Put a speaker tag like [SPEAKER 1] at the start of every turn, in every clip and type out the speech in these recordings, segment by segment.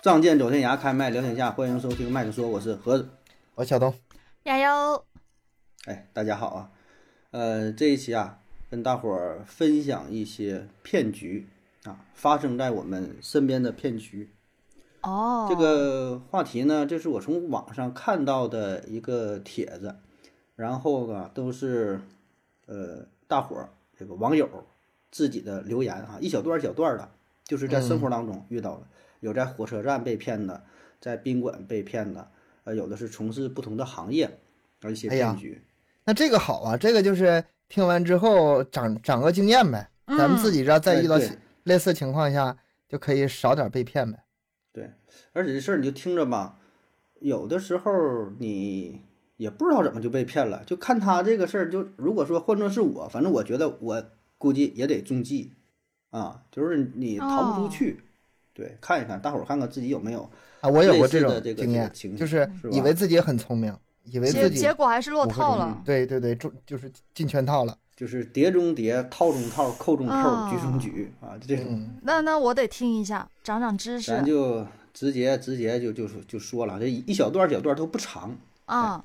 [SPEAKER 1] 仗剑走天涯，开麦聊天下，欢迎收听麦克说，我是盒子。
[SPEAKER 2] 我小东，
[SPEAKER 3] 加油！
[SPEAKER 1] 哎，大家好啊，呃，这一期啊，跟大伙儿分享一些骗局啊，发生在我们身边的骗局。
[SPEAKER 3] 哦，
[SPEAKER 1] 这个话题呢，这是我从网上看到的一个帖子，然后呢，都是呃大伙儿这个网友自己的留言啊，一小段儿一小段儿的，就是在生
[SPEAKER 2] 嗯
[SPEAKER 1] 活当中遇到的，有在火车站被骗的，在宾馆被骗的，呃，有的是从事不同的行业，而一些
[SPEAKER 2] 哎呀
[SPEAKER 1] 骗局。
[SPEAKER 2] 那这个好啊，这个就是听完之后长长个经验呗，
[SPEAKER 3] 嗯
[SPEAKER 2] 咱们自己知道，再遇到
[SPEAKER 1] 哎对
[SPEAKER 2] 类似情况下就可以少点被骗呗。
[SPEAKER 1] 对，而且这事儿你就听着吧，有的时候你也不知道怎么就被骗了，就看他这个事儿，就如果说换作是我，反正我觉得我估计也得中计啊，就是你逃不出
[SPEAKER 3] 哦
[SPEAKER 1] 去。对，看一看，大伙儿看看自己有没有
[SPEAKER 2] 啊，我有
[SPEAKER 1] 类
[SPEAKER 2] 过
[SPEAKER 1] 似
[SPEAKER 2] 这
[SPEAKER 1] 的
[SPEAKER 2] 种
[SPEAKER 1] 这个
[SPEAKER 2] 经
[SPEAKER 1] 这个
[SPEAKER 2] 验
[SPEAKER 1] 情，
[SPEAKER 2] 就
[SPEAKER 1] 况
[SPEAKER 2] 是
[SPEAKER 1] 是
[SPEAKER 2] 以
[SPEAKER 1] 吧
[SPEAKER 2] 为自己很聪明，以为
[SPEAKER 3] 结
[SPEAKER 2] 自己
[SPEAKER 3] 结果还是落套了。
[SPEAKER 2] 对对对中就是进圈套了。
[SPEAKER 1] 就是碟中谍、套中套、扣中扣、
[SPEAKER 3] 啊
[SPEAKER 1] 局中局啊，这种
[SPEAKER 2] 嗯，
[SPEAKER 3] 那那我得听一下，长长知识啊
[SPEAKER 1] 咱就直接直接就就说就说了，这一一小段儿小段儿都不长，哎
[SPEAKER 3] 啊！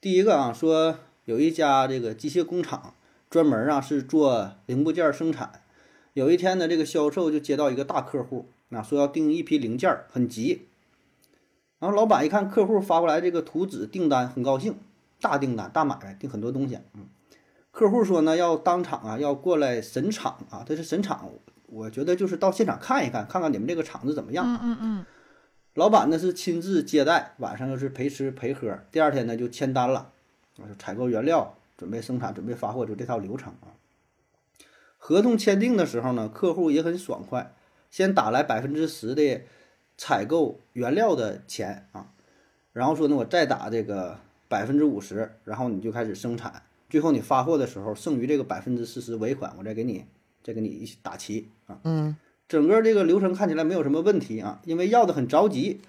[SPEAKER 1] 第一个啊，说有一家这个机械工厂，专门啊是做零部件儿生产。有一天呢，这个销售就接到一个大客户，那说要订一批零件儿，很急。然后老板一看客户发过来这个图纸订单，很高兴，大订单大买卖，订很多东西。嗯，客户说呢要当场啊要过来审厂啊，这是审厂，我觉得就是到现场看一看，看看你们这个厂子怎么样。啊
[SPEAKER 3] 嗯嗯嗯，
[SPEAKER 1] 老板呢是亲自接待，晚上又是陪吃陪喝，第二天呢就签单了，啊，就采购原料，准备生产，准备发货，就这套流程啊。合同签订的时候呢，客户也很爽快，先打来百分之十的采购原料的钱啊，然后说呢我再打这个百分之五十，然后你就开始生产，最后你发货的时候剩余这个百分之四十尾款，我再给你再给你一起打齐啊。
[SPEAKER 2] 嗯，
[SPEAKER 1] 整个这个流程看起来没有什么问题啊，因为要的很着急，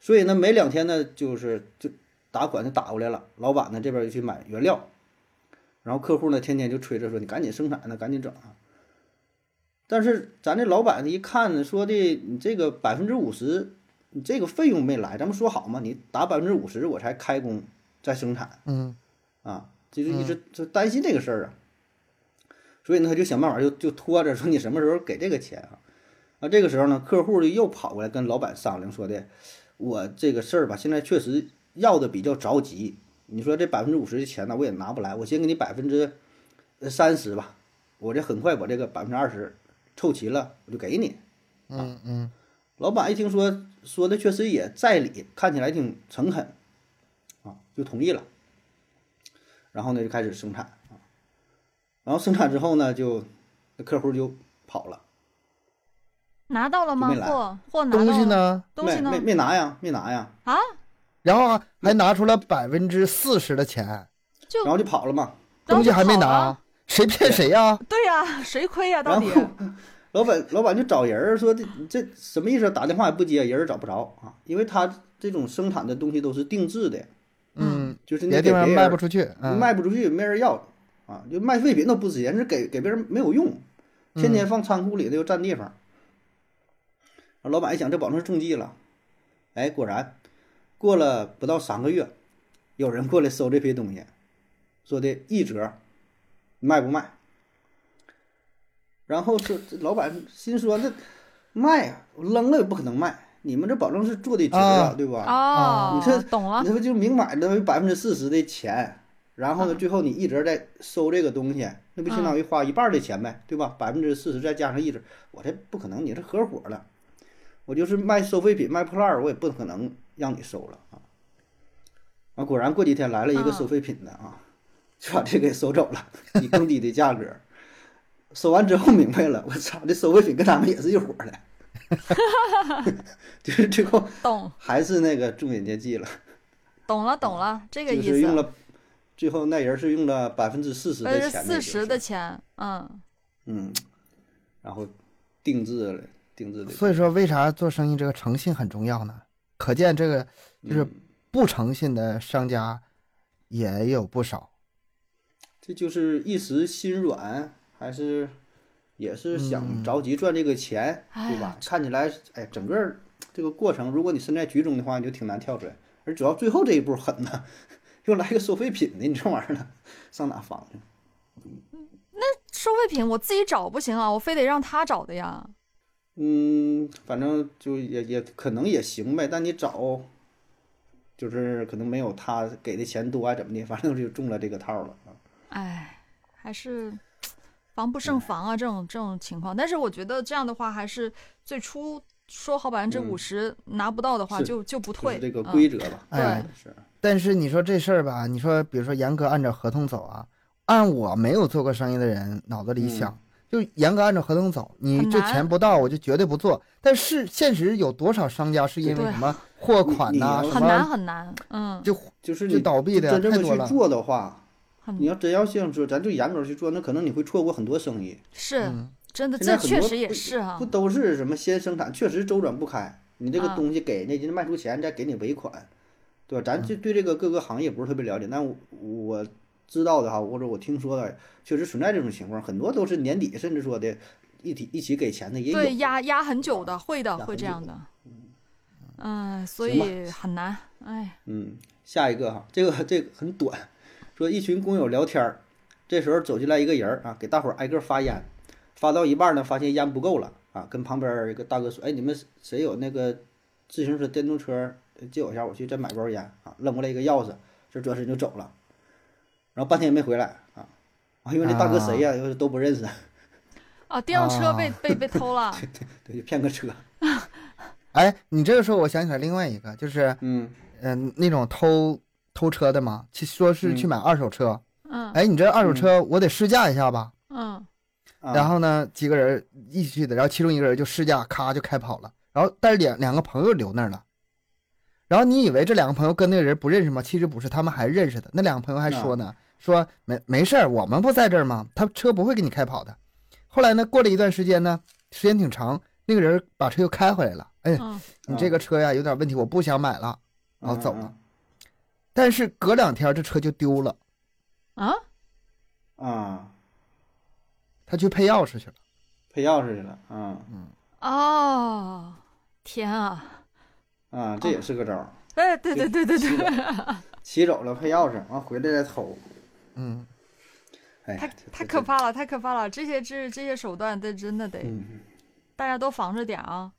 [SPEAKER 1] 所以呢，没两天呢，就是就打款就打过来了。老板呢这边就去买原料，然后客户呢天天就催着说你赶紧生产呢，赶紧整啊。但是咱这老板呢一看呢，说的你这个百分之五十，你这个费用没来，咱们说好嘛，你打百分之五十我才开工再生产，
[SPEAKER 2] 嗯，
[SPEAKER 1] 啊，就是一直就担心这个事儿啊，所以呢，他就想办法就就拖着说你什么时候给这个钱啊？啊，这个时候呢，客户就又跑过来跟老板商量说的，我这个事儿吧，现在确实要的比较着急，你说这百分之五十的钱呢，我也拿不来，我先给你百分之三十吧，我这很快我这个百分之二十凑齐了，我就给你。啊
[SPEAKER 2] 嗯嗯，
[SPEAKER 1] 老板一听说说的确实也在理，看起来挺诚恳，啊，就同意了。然后呢，就开始生产啊，然后生产之后呢，就那客户就跑了，
[SPEAKER 3] 拿到了吗？
[SPEAKER 1] 没来
[SPEAKER 3] 货货嗯拿到
[SPEAKER 2] 东西
[SPEAKER 3] 了吗？
[SPEAKER 2] 呢？
[SPEAKER 3] 东西
[SPEAKER 1] 没
[SPEAKER 3] 呢
[SPEAKER 1] 没？没拿呀，没拿呀，
[SPEAKER 3] 啊，
[SPEAKER 2] 然后啊还拿出了百分之四十的钱，
[SPEAKER 3] 就
[SPEAKER 1] 然后就跑了嘛。
[SPEAKER 2] 东
[SPEAKER 3] 然后
[SPEAKER 2] 西
[SPEAKER 3] 就
[SPEAKER 2] 还没
[SPEAKER 3] 跑
[SPEAKER 2] 拿
[SPEAKER 3] 了。，
[SPEAKER 2] 谁骗谁呀？
[SPEAKER 3] 对呀，谁亏呀？到
[SPEAKER 1] 啊然
[SPEAKER 3] 底
[SPEAKER 1] 后老板老板就找人儿说这这什么意思？打电话也不接，人儿找不着啊，因为他这种生产的东西都是定制的，
[SPEAKER 2] 嗯，
[SPEAKER 1] 就是你
[SPEAKER 2] 别
[SPEAKER 1] 给
[SPEAKER 2] 地方
[SPEAKER 1] 别
[SPEAKER 2] 卖
[SPEAKER 1] 人
[SPEAKER 2] 不出去。嗯，
[SPEAKER 1] 卖不出去，没人要啊，就卖废品都不值钱，这给给别人没有用，
[SPEAKER 2] 嗯
[SPEAKER 1] 天天放仓库里头又占地方。啊老板一想，这保证是中计了，哎，果然，过了不到三个月，有人过来收这批东西，说的一折，卖不卖？然后说这老板心说那卖啊，我扔了也不可能卖，你们这保证是做的值了，
[SPEAKER 2] 啊
[SPEAKER 1] 对吧？
[SPEAKER 3] 哦
[SPEAKER 1] 你这，
[SPEAKER 3] 懂了
[SPEAKER 1] 你。这不就明买了百分之四十的钱，然后呢，最后你一直在收这个东西，那不相当于花一半儿的钱呗，对吧？百分之四十再加上一折，我这不可能，你这合伙了，我就是卖收废品卖破烂儿，我也不可能让你收了啊。啊，果然过几天来了一个
[SPEAKER 3] 嗯
[SPEAKER 1] 收废品的啊，就把这个给收走了，以更低的价格。收完之后明白了，我操，这收废品跟咱们也是一伙儿的， 就是最后
[SPEAKER 3] 懂
[SPEAKER 1] 还是那个中人家计了。
[SPEAKER 3] 懂了懂了，这个
[SPEAKER 1] 就
[SPEAKER 3] 意
[SPEAKER 1] 是用
[SPEAKER 3] 思。
[SPEAKER 1] 了，最后那人是用了百分之四十
[SPEAKER 3] 那
[SPEAKER 1] 的
[SPEAKER 3] 是
[SPEAKER 1] 钱，
[SPEAKER 3] 四十的，钱，嗯，
[SPEAKER 1] 嗯，然后定制了，定制的，
[SPEAKER 2] 所以说为啥做生意这个诚信很重要呢？可见这个就是
[SPEAKER 1] 嗯
[SPEAKER 2] 不诚信的商家也有不少。
[SPEAKER 1] 这就是一时心软，还是也是想
[SPEAKER 2] 嗯
[SPEAKER 1] 着急赚这个钱，
[SPEAKER 3] 哎
[SPEAKER 1] 对吧？看起来，哎，整个这个过程，如果你身在局中的话，你就挺难跳出来。而主要最后这一步狠呐， 又来个收废品的，你这玩意儿呢，上哪啊放去？
[SPEAKER 3] 收废品我自己找不行啊，我非得让他找的呀。
[SPEAKER 1] 嗯，反正就也也可能也行呗，但你找，就是可能没有他给的钱多啊，怎么的，反正就中了这个套了啊。
[SPEAKER 3] 哎，还是防不胜防啊，这种这种情况。但是我觉得这样的话，还是最初说好百分之
[SPEAKER 1] 嗯
[SPEAKER 3] 五十拿不到的话
[SPEAKER 1] 是
[SPEAKER 3] 就，就不
[SPEAKER 1] 就
[SPEAKER 3] 退。
[SPEAKER 1] 是这个
[SPEAKER 3] 嗯
[SPEAKER 1] 规则吧，
[SPEAKER 2] 哎
[SPEAKER 3] 对
[SPEAKER 1] 是，
[SPEAKER 2] 但是你说这事儿吧，你说比如说严格按照合同走啊，按我没有做过生意的人脑子里想，
[SPEAKER 1] 嗯
[SPEAKER 2] 就严格按照合同走，你
[SPEAKER 3] 很
[SPEAKER 2] 这
[SPEAKER 3] 难
[SPEAKER 2] 钱不到我就绝对不做。但是现实有多少商家是因为
[SPEAKER 3] 对啊
[SPEAKER 2] 什么货款呐、
[SPEAKER 1] 你你
[SPEAKER 2] 什
[SPEAKER 3] 很难
[SPEAKER 2] 么
[SPEAKER 3] 很难，嗯，
[SPEAKER 2] 就
[SPEAKER 1] 就是
[SPEAKER 2] 就
[SPEAKER 1] 你
[SPEAKER 2] 倒闭的呀
[SPEAKER 1] 真这
[SPEAKER 2] 太
[SPEAKER 1] 么
[SPEAKER 2] 多
[SPEAKER 1] 去
[SPEAKER 2] 了。
[SPEAKER 1] 做的话，你
[SPEAKER 3] 很
[SPEAKER 1] 要真要像说，咱就严格去做，那可能你会错过很多生意。
[SPEAKER 3] 是
[SPEAKER 2] 嗯
[SPEAKER 3] 真的，
[SPEAKER 1] 现在
[SPEAKER 3] 这
[SPEAKER 1] 很
[SPEAKER 3] 确
[SPEAKER 1] 多
[SPEAKER 3] 实也
[SPEAKER 1] 不
[SPEAKER 3] 是哈
[SPEAKER 1] 不，都是什么先生产，确实周转不开。你这个
[SPEAKER 3] 啊
[SPEAKER 1] 东西给人家，人家卖出钱，再给你尾款，对吧？
[SPEAKER 3] 嗯
[SPEAKER 1] 咱就对这个各个行业不是特别了解，但我我知道的哈，或者我听说的，确实存在这种情况，很多都是年底甚至说的一起一起给钱的也有。
[SPEAKER 3] 对压压很久的，会的
[SPEAKER 1] 压
[SPEAKER 3] 会
[SPEAKER 1] 很
[SPEAKER 3] 这
[SPEAKER 1] 久
[SPEAKER 3] 样的，嗯，所
[SPEAKER 1] 行吧
[SPEAKER 3] 以很难，哎，
[SPEAKER 1] 嗯，下一个哈，这个 这个很短，说一群工友聊天儿，这时候走进来一个人儿啊，给大伙儿挨个发烟，发到一半儿呢，发现烟不够了啊，跟旁边儿一个大哥说：“哎，你们谁有那个自行车、电动车呃借我一下，我去再买包烟啊。”扔过来一个钥匙，就转身就走了，然后半天也没回来啊啊，因为这大哥谁呀、又是都不认识，
[SPEAKER 3] 啊，电动车被被被 偷了，
[SPEAKER 1] 对，就骗个车，
[SPEAKER 2] 哎，你这个时候我想起来另外一个，就是
[SPEAKER 1] 嗯
[SPEAKER 2] 嗯、那种偷偷车的嘛，去说是去
[SPEAKER 1] 嗯
[SPEAKER 2] 买二手车。
[SPEAKER 3] 嗯
[SPEAKER 2] 哎，你这二手车我得试驾一下吧。
[SPEAKER 3] 嗯，
[SPEAKER 1] 啊，
[SPEAKER 2] 然后呢，几个人一起去的，然后其中一个人就试驾，咔就开跑了，然后但是两两个朋友留那儿了。然后你以为这两个朋友跟那个人不认识吗？其实不是，他们还认识的。那两个朋友还说
[SPEAKER 1] 啊
[SPEAKER 2] 呢，说没没事儿，我们不在这儿吗？他车不会给你开跑的。后来呢，过了一段时间呢，时间挺长，那个人把车又开回来了。哎，
[SPEAKER 1] 啊
[SPEAKER 3] 嗯
[SPEAKER 2] 你这个车呀有点问题，我不想买了。然后
[SPEAKER 1] 嗯
[SPEAKER 2] 走
[SPEAKER 1] 嗯
[SPEAKER 2] 了但是隔两天这车就丢了，
[SPEAKER 3] 啊，
[SPEAKER 1] 啊，
[SPEAKER 2] 他去配钥匙去了。
[SPEAKER 1] 配钥匙去了，嗯
[SPEAKER 3] 哦，天啊，
[SPEAKER 1] 啊，这也是个招儿。
[SPEAKER 3] 哎，对对对对
[SPEAKER 1] 骑
[SPEAKER 3] 对，
[SPEAKER 1] 骑走了配钥匙，完回来再偷。
[SPEAKER 2] 嗯，
[SPEAKER 1] 哎呀，
[SPEAKER 3] 太
[SPEAKER 1] 这
[SPEAKER 3] 太可。怕了，太可怕了，这些这这些手段，这真的得
[SPEAKER 1] 这嗯，
[SPEAKER 3] 大家都防着点啊，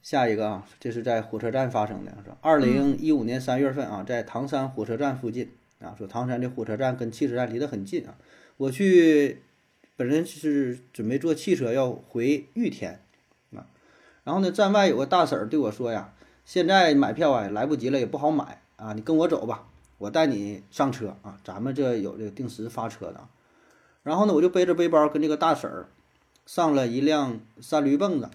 [SPEAKER 1] 下一个啊，这是在火车站发生的，说二零一五年三月份啊，在唐山火车站附近啊，说唐山这火车站跟汽车站离得很近啊，我去，本身是准备坐汽车要回玉田啊，然后呢，站外有个大婶儿对我说呀，现在买票啊也来不及了，也不好买啊，你跟我走吧，我带你上车啊，咱们这有这个定时发车的啊，然后呢，我就背着背包跟这个大婶儿上了一辆三驴蹦子。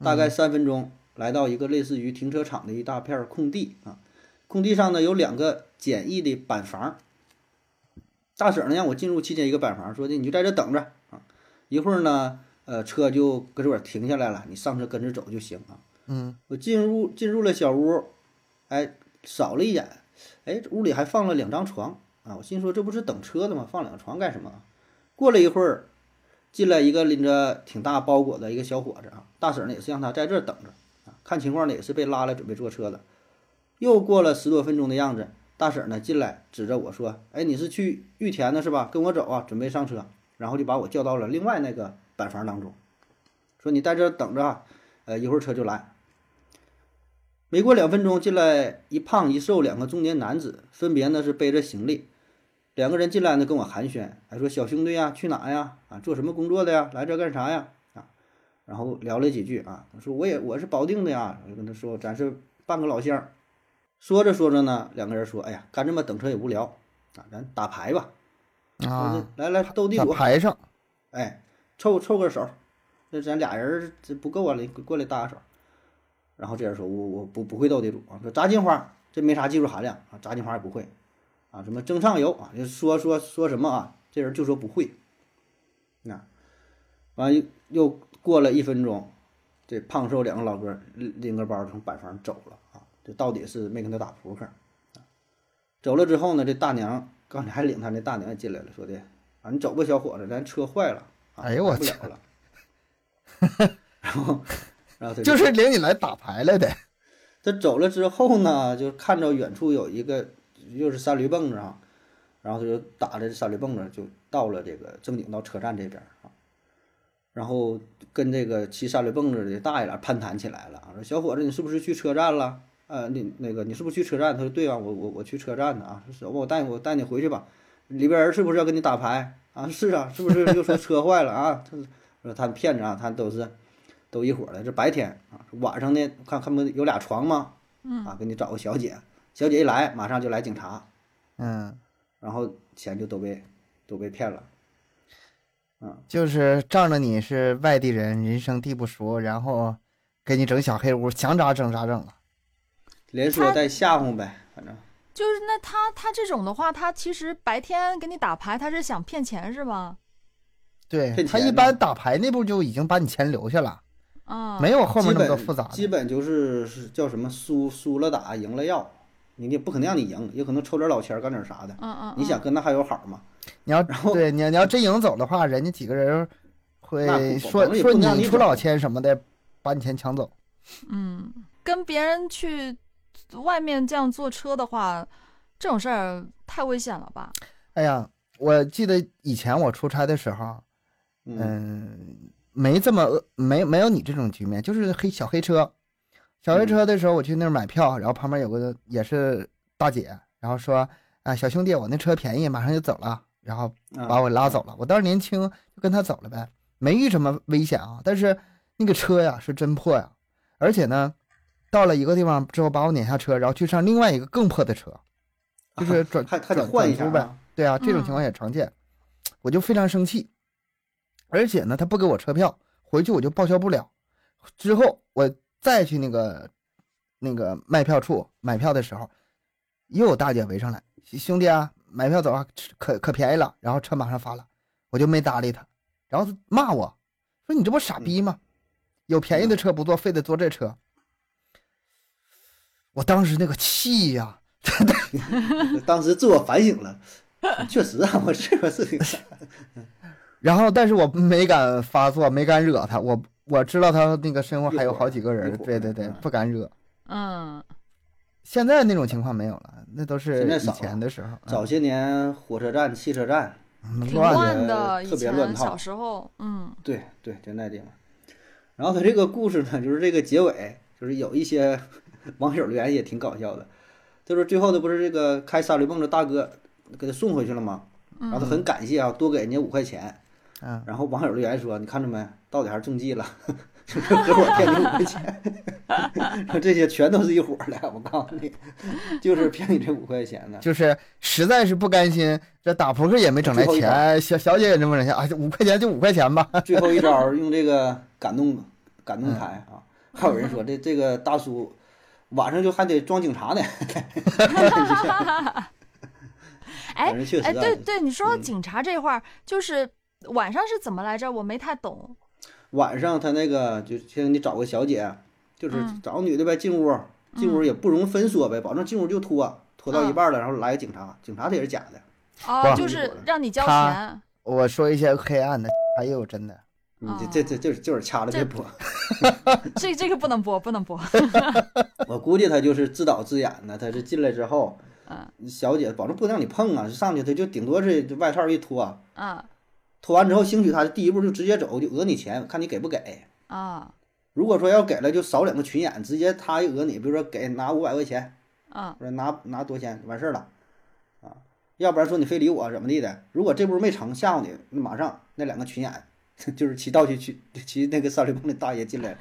[SPEAKER 1] 大概三分钟来到一个类似于停车场的一大片儿空地啊，空地上呢有两个简易的板房。大婶儿呢让我进入期间一个板房，说的你就在这等着啊，一会儿呢，呃，车就搁这块儿停下来了，你上车跟着走就行啊。
[SPEAKER 2] 嗯，
[SPEAKER 1] 我进入进入了小屋，哎，扫了一眼，哎，这屋里还放了两张床啊，我心说这不是等车的吗？放两个床干什么啊？过了一会儿，进来一个拎着挺大包裹的一个小伙子啊，大婶呢也是让他在这儿等着啊，看情况呢也是被拉来准备坐车的。又过了十多分钟的样子，大婶呢进来指着我说：“哎，你是去玉田的是吧？跟我走啊，准备上车。”然后就把我叫到了另外那个板房当中，说：“你在这儿等着啊，呃，一会儿车就来。”没过两分钟，进来一胖一瘦两个中年男子，分别呢是背着行李。两个人进来呢，跟我寒暄，还说小兄弟呀，去哪呀？啊，做什么工作的呀？来这干啥呀？啊，然后聊了几句啊，他说我也我是保定的呀，我就跟他说咱是半个老乡。说着说着呢，两个人说，哎呀，干这么等车也无聊啊，咱打牌吧。
[SPEAKER 2] 啊，
[SPEAKER 1] 来来斗地
[SPEAKER 2] 咋
[SPEAKER 1] 主，
[SPEAKER 2] 排上？
[SPEAKER 1] 哎，凑凑个手儿，那咱俩人儿这不够啊，你过来搭个手儿。然后这人说：“我我不不会斗地主啊，说砸金花这没啥技术含量啊，砸金花也不会啊，什么蒸上游啊，就说说说什么啊，这人就说不会。那完又又过了一分钟，这胖瘦两个老哥儿拎拎个包儿从板房走了啊，这到底是没跟他打扑克啊。走了之后呢，这大娘刚才还领他那大娘也进来了，说的啊，你走吧，小伙子，咱车坏了，啊、
[SPEAKER 2] 哎呦我
[SPEAKER 1] 来不
[SPEAKER 2] 去
[SPEAKER 1] 了了。然后然后他
[SPEAKER 2] 就是领你来打牌来的。
[SPEAKER 1] 他走了之后呢，就看着远处有一个又是三驴蹦子啊，然后他就打着三驴蹦子就到了这个正经到车站这边啊，然后跟这个骑三驴蹦子的大爷俩攀谈起来了啊，说小伙子你是不是去车站了？呃，你那个你是不是去车站？他说对啊，我我我去车站呢啊，说我带我带你回去吧，里边人是不是要跟你打牌啊？是啊，是不是又说车坏了啊？他说他骗子啊，他都是都一伙儿的，这白天啊，晚上呢看看不有俩床吗？
[SPEAKER 3] 嗯
[SPEAKER 1] 啊，给你找个小姐，小姐一来马上就来警察，
[SPEAKER 2] 嗯，
[SPEAKER 1] 然后钱就都被都被骗了。
[SPEAKER 2] 就是仗着你是外地人，人生地不熟，然后给你整小黑屋，想咋整咋整了。
[SPEAKER 1] 连说
[SPEAKER 3] 他
[SPEAKER 1] 带吓唬呗，反正
[SPEAKER 3] 就是那他他这种的话，他其实白天给你打牌，他是想骗钱是吧？
[SPEAKER 2] 对
[SPEAKER 1] 骗
[SPEAKER 2] 他
[SPEAKER 1] 钱
[SPEAKER 2] 一
[SPEAKER 1] 呢
[SPEAKER 2] 般打牌那步就已经把你钱留下了，
[SPEAKER 3] 啊，
[SPEAKER 2] 没有后
[SPEAKER 1] 基
[SPEAKER 2] 面那么多
[SPEAKER 1] 本
[SPEAKER 2] 复杂的。
[SPEAKER 1] 基本就是是叫什么输输了打，赢了要，你也不可能让你赢，也可能抽点老钱儿干点啥的。
[SPEAKER 3] 嗯嗯，
[SPEAKER 1] 你想跟他还有好吗？
[SPEAKER 2] 你要
[SPEAKER 1] 然后
[SPEAKER 2] 对你要你要真赢走的话，人家几个人
[SPEAKER 1] 那不
[SPEAKER 2] 会
[SPEAKER 1] 不能
[SPEAKER 2] 说
[SPEAKER 1] 也
[SPEAKER 2] 说
[SPEAKER 1] 不能让
[SPEAKER 2] 你
[SPEAKER 1] 你
[SPEAKER 2] 出老
[SPEAKER 1] 走
[SPEAKER 2] 千什么的，把你钱抢走。
[SPEAKER 3] 嗯，嗯跟别人去外面这样坐车的话，这种事儿太危险了吧？
[SPEAKER 2] 哎呀，我记得以前我出差的时候，
[SPEAKER 1] 嗯
[SPEAKER 2] 嗯，没这么恶没没有你这种局面，就是黑小黑车，小黑车的时候我去那儿买票，然后旁边有个也是大姐，然后说啊小兄弟，我那车便宜，马上就走了，然后哎把
[SPEAKER 1] 啊，
[SPEAKER 2] 我拉走了。我当时年轻，就跟他走了呗，没遇什么危险啊。但是那个车呀是真破呀，而且呢，到了一个地方之后把我撵下车，然后去上另外一个更破的车，就是转
[SPEAKER 1] 还还得
[SPEAKER 2] 转
[SPEAKER 1] 换一
[SPEAKER 2] 转
[SPEAKER 1] 下
[SPEAKER 2] 租
[SPEAKER 1] 啊
[SPEAKER 2] 呗。对啊，这种情况也常见，我就非常生气。而且呢，他不给我车票，回去我就报销不了。之后我再去那个那个卖票处买票的时候，又有大姐围上来，兄弟啊，买票走啊，可可便宜了。然后车马上发了，我就没搭理他，然后他骂我说：“你这不傻逼吗？有便宜的车不坐，非得坐这车。”我当时那个气呀、
[SPEAKER 1] 当时自我反省了， 确实啊，我这个事情
[SPEAKER 2] 然后，但是我没敢发作，没敢惹他。我我知道他那个身后还有好几个
[SPEAKER 1] 一
[SPEAKER 2] 人，
[SPEAKER 1] 伙儿
[SPEAKER 2] 对对对
[SPEAKER 1] 嗯，
[SPEAKER 2] 不敢惹。
[SPEAKER 3] 嗯
[SPEAKER 2] 现在那种情况没有了，那都是
[SPEAKER 1] 现在
[SPEAKER 2] 以
[SPEAKER 1] 少
[SPEAKER 2] 前
[SPEAKER 1] 了
[SPEAKER 2] 的时候。
[SPEAKER 1] 早些年火车站、汽车站，
[SPEAKER 2] 嗯
[SPEAKER 3] 挺
[SPEAKER 2] 乱
[SPEAKER 1] 乱
[SPEAKER 2] 的，
[SPEAKER 3] 乱的，
[SPEAKER 1] 特
[SPEAKER 3] 以
[SPEAKER 1] 别乱
[SPEAKER 3] 前
[SPEAKER 1] 套
[SPEAKER 3] 小时候，嗯
[SPEAKER 1] 对对，就那地方。然后他这个故事呢，就是这个结尾，就是有一些 网友留言也挺搞笑的，就是最后的不是这个开沙驴蹦的大哥给他送回去了吗？然后他很感谢啊，多给人家五块钱。
[SPEAKER 2] 嗯，
[SPEAKER 1] 然后网友留言说：“你看着没，到底还是中计了，合伙骗你五块钱。 说这些全都是一伙儿的，我告诉你，就是骗你这五块钱的。
[SPEAKER 2] 就是实在是不甘心，这打扑克也没整来
[SPEAKER 1] 最后一
[SPEAKER 2] 钱，小小姐也挣不整钱啊，就五块钱就五块钱吧。
[SPEAKER 1] 最后一招儿用这个感动感动牌 啊，还有人说这这个大叔晚上就还得装警察 呢。
[SPEAKER 3] 哎
[SPEAKER 1] 反正确实
[SPEAKER 3] 哎，
[SPEAKER 1] 啊，
[SPEAKER 3] 对对，你说到
[SPEAKER 1] 嗯
[SPEAKER 3] 警察这块儿，就是晚上是怎么来着？我没太懂。
[SPEAKER 1] 晚上他那个就先你找个小姐，就是
[SPEAKER 3] 嗯
[SPEAKER 1] 找个女的呗，进屋进屋也不容分说呗，保证进屋就拖拖
[SPEAKER 3] 嗯
[SPEAKER 1] 到一半了，然后来个警察，警察他也是假的。
[SPEAKER 3] 哦，
[SPEAKER 2] 哇
[SPEAKER 3] 就是让你交
[SPEAKER 2] 他
[SPEAKER 3] 钱。
[SPEAKER 2] 我说一些黑暗的，还有真的，
[SPEAKER 1] 你这这这就是就是掐了
[SPEAKER 3] 嗯
[SPEAKER 1] 别
[SPEAKER 3] 这
[SPEAKER 1] 播。
[SPEAKER 3] 这这个不能播，不能播。
[SPEAKER 1] 我估计他就是自导自演的，他是进来之后，
[SPEAKER 3] 嗯
[SPEAKER 1] 小姐保证不让你碰啊，上去他就顶多是外套一脱啊，
[SPEAKER 3] 啊
[SPEAKER 1] 脱完之后，兴许他第一步就直接走，就讹你钱，看你给不给。
[SPEAKER 3] 啊
[SPEAKER 1] 如果说要给了，就少两个群演，直接他一讹你，比如说给拿五百块钱，
[SPEAKER 3] 啊！
[SPEAKER 1] 或者拿拿多少钱完事儿了，啊，要不然说你非礼我怎么地的。如果这步没成，吓唬你，那马上那两个群演 就是骑道具去骑那个三驴帮的大爷进来了，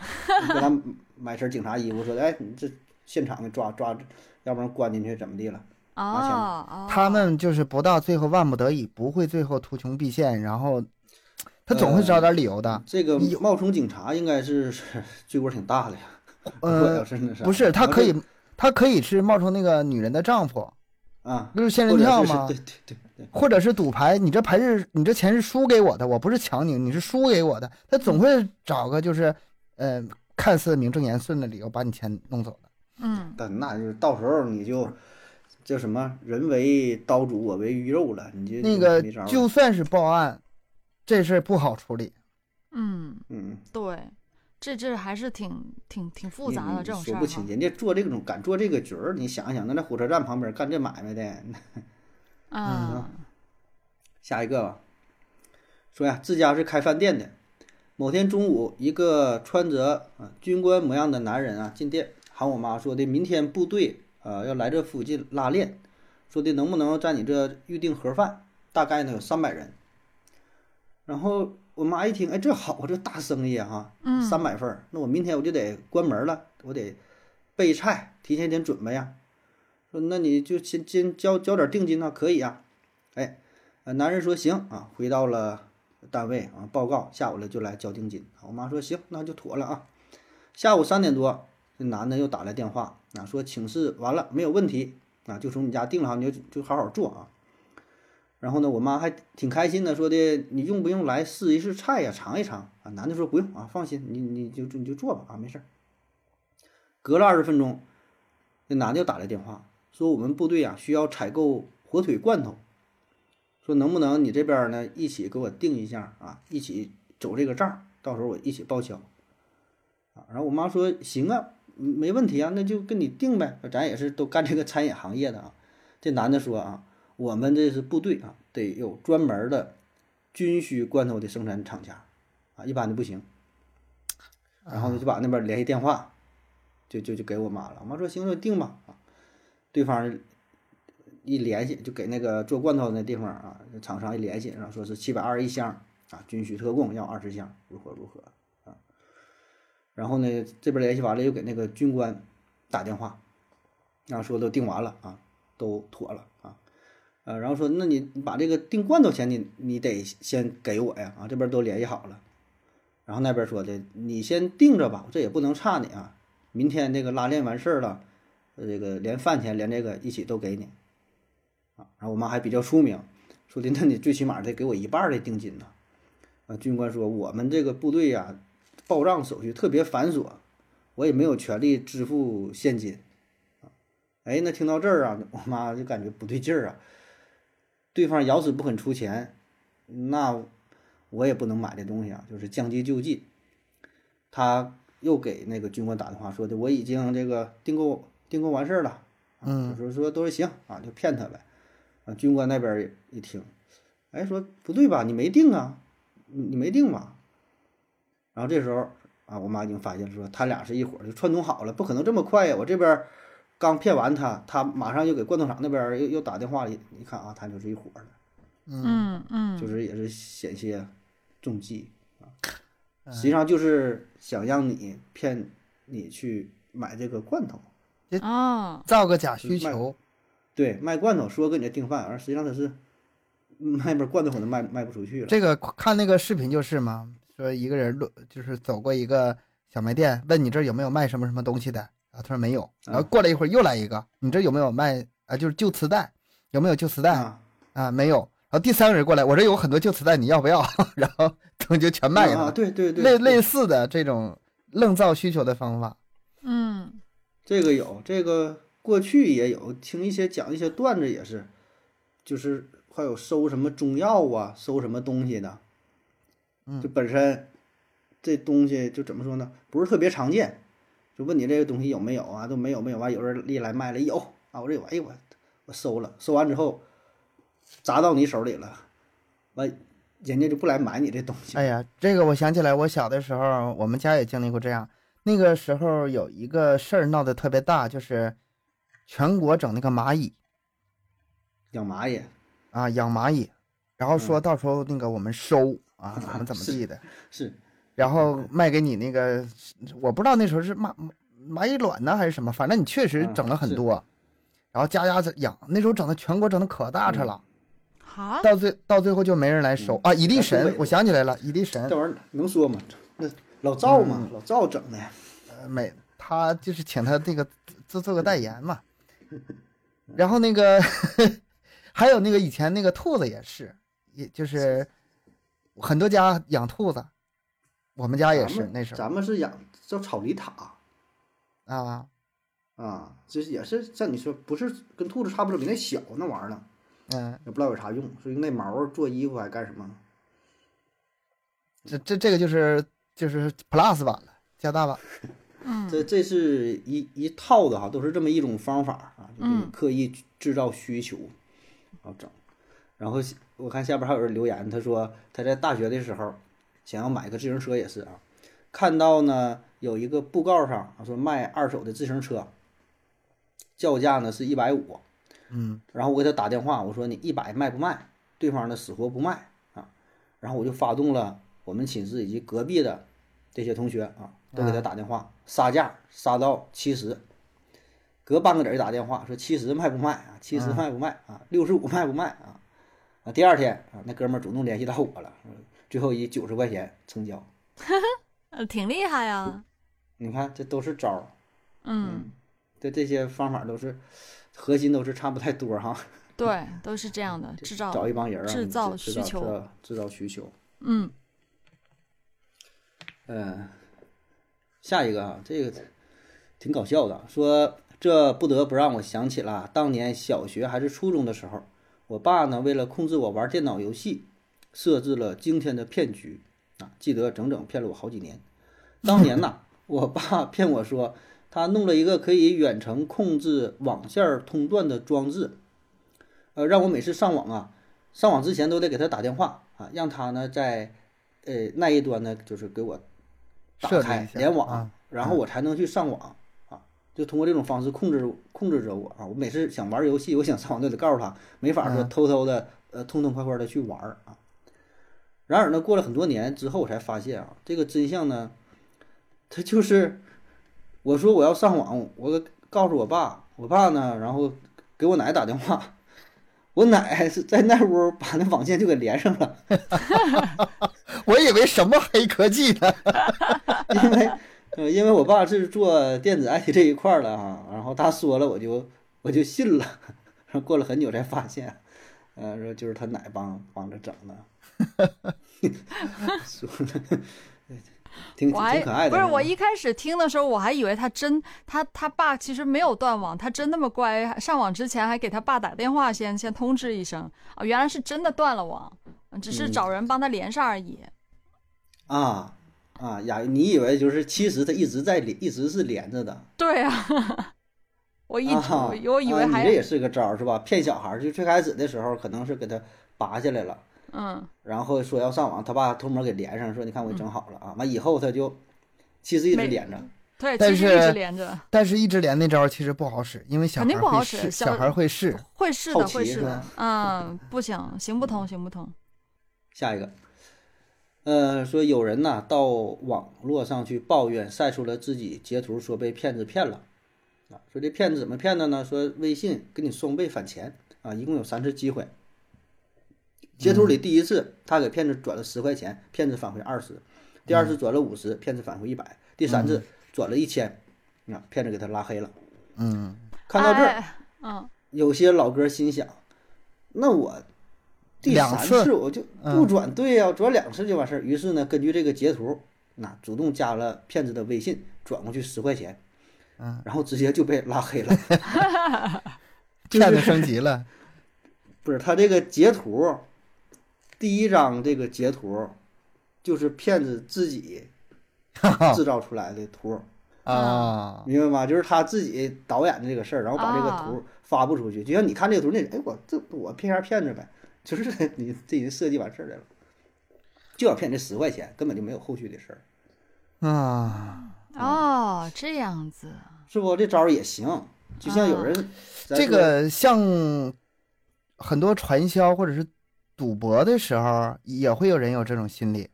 [SPEAKER 1] 给他买身警察衣服，说哎你这现场给抓抓，要不然关进去怎么地了。
[SPEAKER 3] 哦
[SPEAKER 1] 拿钱
[SPEAKER 3] 哦，
[SPEAKER 2] 他们就是不到最后万不得已，不会最后图穷匕见，然后他总
[SPEAKER 1] 呃
[SPEAKER 2] 会找点理由的。
[SPEAKER 1] 这个
[SPEAKER 2] 你有
[SPEAKER 1] 冒充警察应该是 是罪过挺大的呀。如果
[SPEAKER 2] 呃
[SPEAKER 1] 要，是那啥
[SPEAKER 2] 不是，他
[SPEAKER 1] 要
[SPEAKER 2] 可以，他可以是冒充那个女人的丈夫，
[SPEAKER 1] 啊，
[SPEAKER 2] 就是仙
[SPEAKER 1] 或
[SPEAKER 2] 人
[SPEAKER 1] 者
[SPEAKER 2] 跳
[SPEAKER 1] 是
[SPEAKER 2] 嘛
[SPEAKER 1] 对，对对对，
[SPEAKER 2] 或者是赌牌，你这牌是你这钱是输给我的，我不是抢你，你是输给我的，他总会找个就是，呃，看似名正言顺的理由把你钱弄走的。
[SPEAKER 3] 嗯
[SPEAKER 1] 但那就是到时候你就叫什么人为刀俎我为鱼肉了，你就
[SPEAKER 2] 那个
[SPEAKER 1] 没招了
[SPEAKER 2] 就算是报案，这事儿不好处理，
[SPEAKER 3] 嗯，
[SPEAKER 1] 嗯
[SPEAKER 3] 对。这这还是挺挺挺复杂的
[SPEAKER 1] 你
[SPEAKER 3] 这种事
[SPEAKER 1] 说
[SPEAKER 3] 儿哈。
[SPEAKER 1] 不清，人家做这种敢做这个局儿，你想想，那在火车站旁边干这买卖的，
[SPEAKER 3] 啊，
[SPEAKER 1] 下一个吧，说呀，自家是开饭店的。某天中午，一个穿着啊军官模样的男人啊进店，喊我妈说的，明天部队啊要来这附近拉练，说的能不能在你这预定盒饭？大概呢有三百人。然后我妈一听，哎，这好啊，这大生意啊，哈，
[SPEAKER 3] 嗯
[SPEAKER 1] 三百份儿，那我明天我就得关门了，我得备菜，提前一天准备呀。说那你就先先交交点定金呢、可以啊呀、哎，呃，男人说行啊，回到了单位啊，报告下午了就来交定金。我妈说行，那就妥了啊。下午三点多，这男的又打来电话啊，说请示完了没有问题啊，就从你家定了哈，你就就好好做啊。然后呢，我妈还挺开心的，说的你用不用来试一试菜呀、尝一尝啊？男的说不用啊，放心，你你就你就做吧啊，没事儿。隔了二十分钟，那男的又打来电话，说我们部队啊需要采购火腿罐头，说能不能你这边儿呢一起给我定一下啊，一起走这个账儿，到时候我一起报销。啊，然后我妈说行啊，嗯没问题啊，那就跟你定呗，咱也是都干这个餐饮行业的啊。这男的说啊，我们这是部队啊，得有专门儿的军需罐头的生产厂家啊，一般的不行。然后呢，就把那边联系电话，就就就给我妈了。我妈说行，就定吧啊。对方一联系，就给那个做罐头那地方啊，厂商一联系，然后说是七百二一箱啊，军需特供要二十箱，如何如何啊。然后呢，这边联系完了，又给那个军官打电话，然后说都定完了啊，都妥了啊。呃，然后说，那你你把这个订罐头钱你你得先给我呀啊，这边都联系好了，然后那边说的你先定着吧，这也不能差你啊，明天这个拉练完事儿了，呃这个连饭钱连这个一起都给你啊。然后我妈还比较出名，说的那你最起码得给我一半儿的定金呐。啊，军官说我们这个部队呀、报账手续特别繁琐，我也没有权利支付现金。啊哎，那听到这儿啊，我妈就感觉不对劲儿啊，对方咬死不肯出钱，那我也不能买这东西啊，就是将计就计。他又给那个军官打电话说的，我已经这个订购订购完事儿了，啊
[SPEAKER 2] 嗯，
[SPEAKER 1] 就是说都是行啊，就骗他呗。啊，军官那边儿一听，哎，说不对吧，你没定啊，你你没定吧？然后这时候啊，我妈已经发现了，说他俩是一伙儿，就串通好了，不可能这么快呀！我这边儿刚骗完他，他马上又给罐头厂那边儿又又打电话了，一看啊，他就是一伙儿的，
[SPEAKER 3] 嗯嗯，
[SPEAKER 1] 就是也是险些中计啊。实际上就是想让你骗你去买这个罐头，
[SPEAKER 3] 啊，
[SPEAKER 2] 造个假需求，
[SPEAKER 1] 对，卖罐头说跟你这订饭，而实际上他是卖边罐头可能卖卖不出去了。
[SPEAKER 2] 这个看那个视频就是嘛，说一个人路就是走过一个小卖店，问你这儿有没有卖什么什么东西的，然后他说没
[SPEAKER 1] 啊
[SPEAKER 2] 有，然后过了一会儿又来一个，你这儿有没有卖啊？就是旧磁带，有没有旧磁带
[SPEAKER 1] 啊，
[SPEAKER 2] 啊？没有。然后第三个人过来，我这儿有很多旧磁带，你要不要？ 然后他们就全卖
[SPEAKER 1] 啊，
[SPEAKER 2] 了。
[SPEAKER 1] 对对对，
[SPEAKER 2] 类
[SPEAKER 1] 对
[SPEAKER 2] 类似的这种愣造需求的方法，
[SPEAKER 3] 嗯
[SPEAKER 1] 这个有，这个过去也有，听一些讲一些段子也是，就是还有收什么中药啊，收什么东西的，
[SPEAKER 2] 嗯
[SPEAKER 1] 就本身这东西就怎么说呢，不是特别常见，就问你这个东西有没有啊，都没有没有完，有人一来卖了有啊，我这有，哎呦我我收了，收完之后砸到你手里了，完人家就不来买你这东西，
[SPEAKER 2] 哎呀，这个我想起来，我小的时候，我们家也经历过这样。那个时候有一个事儿闹得特别大，就是全国整那个蚂蚁
[SPEAKER 1] 养蚂蚁
[SPEAKER 2] 啊，养蚂蚁，然后说到时候那个我们收啊，
[SPEAKER 1] 嗯
[SPEAKER 2] 怎么怎么地的，
[SPEAKER 1] 是
[SPEAKER 2] 然后卖给你那个，我不知道那时候是蚂蚂蚁卵呢还是什么，反正你确实
[SPEAKER 1] 嗯
[SPEAKER 2] 整了很
[SPEAKER 1] 是
[SPEAKER 2] 多，然后家家养，那时候整的全国整的可大旻了，
[SPEAKER 1] 嗯
[SPEAKER 3] 好，
[SPEAKER 2] 到最到最后就没人来收啊，蚁力
[SPEAKER 1] 在东
[SPEAKER 2] 神
[SPEAKER 1] 北，
[SPEAKER 2] 我想起来了，蚁力神，
[SPEAKER 1] 这玩意儿能说吗？那老赵
[SPEAKER 2] 嗯
[SPEAKER 1] 嘛，老赵整的。
[SPEAKER 2] 呃，美，他就是请他这个做做个代 言嘛。然后那个还有那个以前那个兔子也是，也就是很多家养兔子，我们家也
[SPEAKER 1] 咱
[SPEAKER 2] 是
[SPEAKER 1] 们
[SPEAKER 2] 那时候
[SPEAKER 1] 咱们是养叫草泥塔
[SPEAKER 2] 啊，
[SPEAKER 1] 啊，就是也是像你说，不是跟兔子差不多，比那小那玩意儿呢，
[SPEAKER 2] 嗯，
[SPEAKER 1] 也不知道有啥用，是用那毛儿做衣服还干什么？
[SPEAKER 2] 这这这个就是就是 plus 版了，加大吧。
[SPEAKER 3] 嗯，
[SPEAKER 1] 这这是一一套的哈，都是这么一种方法啊，就给你
[SPEAKER 3] 嗯
[SPEAKER 1] 刻意制造需求，然后整。然后我看下边还有人留言，他说他在大学的时候想要买个自行车也是啊，看到呢有一个布告上啊说卖二手的自行车，叫价呢是一百五，
[SPEAKER 2] 嗯，
[SPEAKER 1] 然后我给他打电话，我说你一百卖不卖？对方呢死活不卖啊。然后我就发动了我们寝室以及隔壁的这些同学啊，都
[SPEAKER 3] 嗯
[SPEAKER 1] 给他打电话杀价，杀到七十。隔半个子儿打电话说七十卖不卖啊？七十
[SPEAKER 2] 嗯
[SPEAKER 1] 卖不卖啊？六十五卖不卖啊？啊，第二天啊，那哥们儿主动联系到我了，说最后以九十块钱成交。
[SPEAKER 3] 呃挺厉害呀。
[SPEAKER 1] 你看，这都是招儿，
[SPEAKER 3] 嗯，
[SPEAKER 1] 这这些方法都是核心都是差不太多儿哈。
[SPEAKER 3] 对，都是这样的制造。
[SPEAKER 1] 找一帮人儿啊
[SPEAKER 3] 制
[SPEAKER 1] 你
[SPEAKER 3] 造
[SPEAKER 1] 制
[SPEAKER 3] 需求
[SPEAKER 1] 制造制造需求。
[SPEAKER 3] 嗯
[SPEAKER 1] 嗯，下一个啊，这个挺搞笑的啊，说这不得不让我想起了当年小学还是初中的时候，我爸呢为了控制我玩电脑游戏，设置了惊天的骗局啊，记得整整骗了我好几年。当年呐，我爸 骗我说他弄了一个可以远程控制网线儿通断的装置，呃，让我每次上网啊，上网之前都得给他打电话啊，让他呢在呃那一端呢就是给我打
[SPEAKER 2] 设置一
[SPEAKER 1] 开
[SPEAKER 2] 下
[SPEAKER 1] 联网，
[SPEAKER 2] 啊
[SPEAKER 1] 然后我才能去上网啊，就通过这种方式控制控制着我啊。我每次想玩游戏，我想上网都得告诉他，没法说
[SPEAKER 2] 嗯
[SPEAKER 1] 偷偷的呃痛痛快快的去玩儿啊。然而呢，过了很多年之后，我才发现啊，这个真相呢，他就是我说我要上网，我告诉我爸，我爸呢，然后给我奶打电话，我奶是在那屋把那网线就给连上了，
[SPEAKER 2] 我以为什么黑科技呢？
[SPEAKER 1] 因为呃，因为我爸是做电子 IT 这一块儿的哈，然后他说了，我就我就信了，然后过了很久才发现，呃，说就是他奶帮帮着整的， 说了，挺挺
[SPEAKER 3] 我还
[SPEAKER 1] 可爱的。
[SPEAKER 3] 不是
[SPEAKER 1] 吧
[SPEAKER 3] 我一开始听的时候，我还以为他真他他爸其实没有断网，他真那么乖，上网之前还给他爸打电话先先通知一声啊，原来是真的断了网，只是
[SPEAKER 1] 嗯
[SPEAKER 3] 找人帮他连上而已。
[SPEAKER 1] 啊啊，雅，你以为就是其实它一直在连，一直是连着的。
[SPEAKER 3] 对啊， 我一直、
[SPEAKER 1] 啊、
[SPEAKER 3] 我以为
[SPEAKER 1] 啊
[SPEAKER 3] 还、
[SPEAKER 1] 你这也是个招儿是吧？骗小孩儿，就最开始的时候可能是给他拔下来了，
[SPEAKER 3] 嗯
[SPEAKER 1] 然后说要上网，他爸偷摸给连上，说你看我整好了啊。完以后他就其实一直
[SPEAKER 3] 没
[SPEAKER 1] 连着，
[SPEAKER 3] 对，
[SPEAKER 2] 但
[SPEAKER 3] 其实
[SPEAKER 2] 是
[SPEAKER 3] 一直连着，
[SPEAKER 2] 但是，一直连那招其实不好使，因为小
[SPEAKER 3] 肯
[SPEAKER 2] 孩
[SPEAKER 3] 定不好
[SPEAKER 2] 会
[SPEAKER 3] 使
[SPEAKER 2] 试，
[SPEAKER 3] 小
[SPEAKER 2] 小孩会试。
[SPEAKER 3] 会是
[SPEAKER 1] 好
[SPEAKER 3] 的，
[SPEAKER 1] 奇
[SPEAKER 3] 会是
[SPEAKER 1] 是
[SPEAKER 3] 的
[SPEAKER 1] 吧，
[SPEAKER 3] 嗯，不行，行不通，行不通，
[SPEAKER 1] 下一个，呃，说有人呐、到网络上去抱怨，晒出了自己截图，说被骗子骗了，啊，说这骗子怎么骗的呢？说微信给你双倍返钱啊，一共有三次机会。截图
[SPEAKER 3] 嗯
[SPEAKER 1] 里第一次他给骗子转了十块钱，骗子返回二十；第二次
[SPEAKER 3] 嗯
[SPEAKER 1] 转了五十，骗子返回一百；第三次转了一千，啊，骗子给他拉黑了。
[SPEAKER 2] 嗯，
[SPEAKER 1] 看到这儿，
[SPEAKER 3] 哎，嗯，
[SPEAKER 1] 有些老哥心想，那我第
[SPEAKER 2] 两
[SPEAKER 1] 三
[SPEAKER 2] 次嗯
[SPEAKER 1] 次我就不转对呀、转两次就完事儿。于是呢，根据这个截图，那主动加了骗子的微信，转过去十块钱，
[SPEAKER 2] 嗯，
[SPEAKER 1] 然后直接就被拉黑了。 就是
[SPEAKER 2] 骗子升级了。
[SPEAKER 1] 不是他这个截图，第一张这个截图就是骗子自 己制造出来的图，
[SPEAKER 2] 啊，
[SPEAKER 1] 明白吗？就是他自己导演的这个事儿，然后把这个图发布出去，就像你看这个图，那人哎我这我骗一下骗子呗， 就是这你这人设计完事儿来了，就要骗这十块钱，根本就没有后续的事儿，
[SPEAKER 2] 啊，
[SPEAKER 3] 哦，这样子，
[SPEAKER 1] 是不？这招儿也行，就像有人咱
[SPEAKER 2] 啊这
[SPEAKER 1] 说
[SPEAKER 2] 个像很多传销或者是赌博的时候，也会有人有这种心理，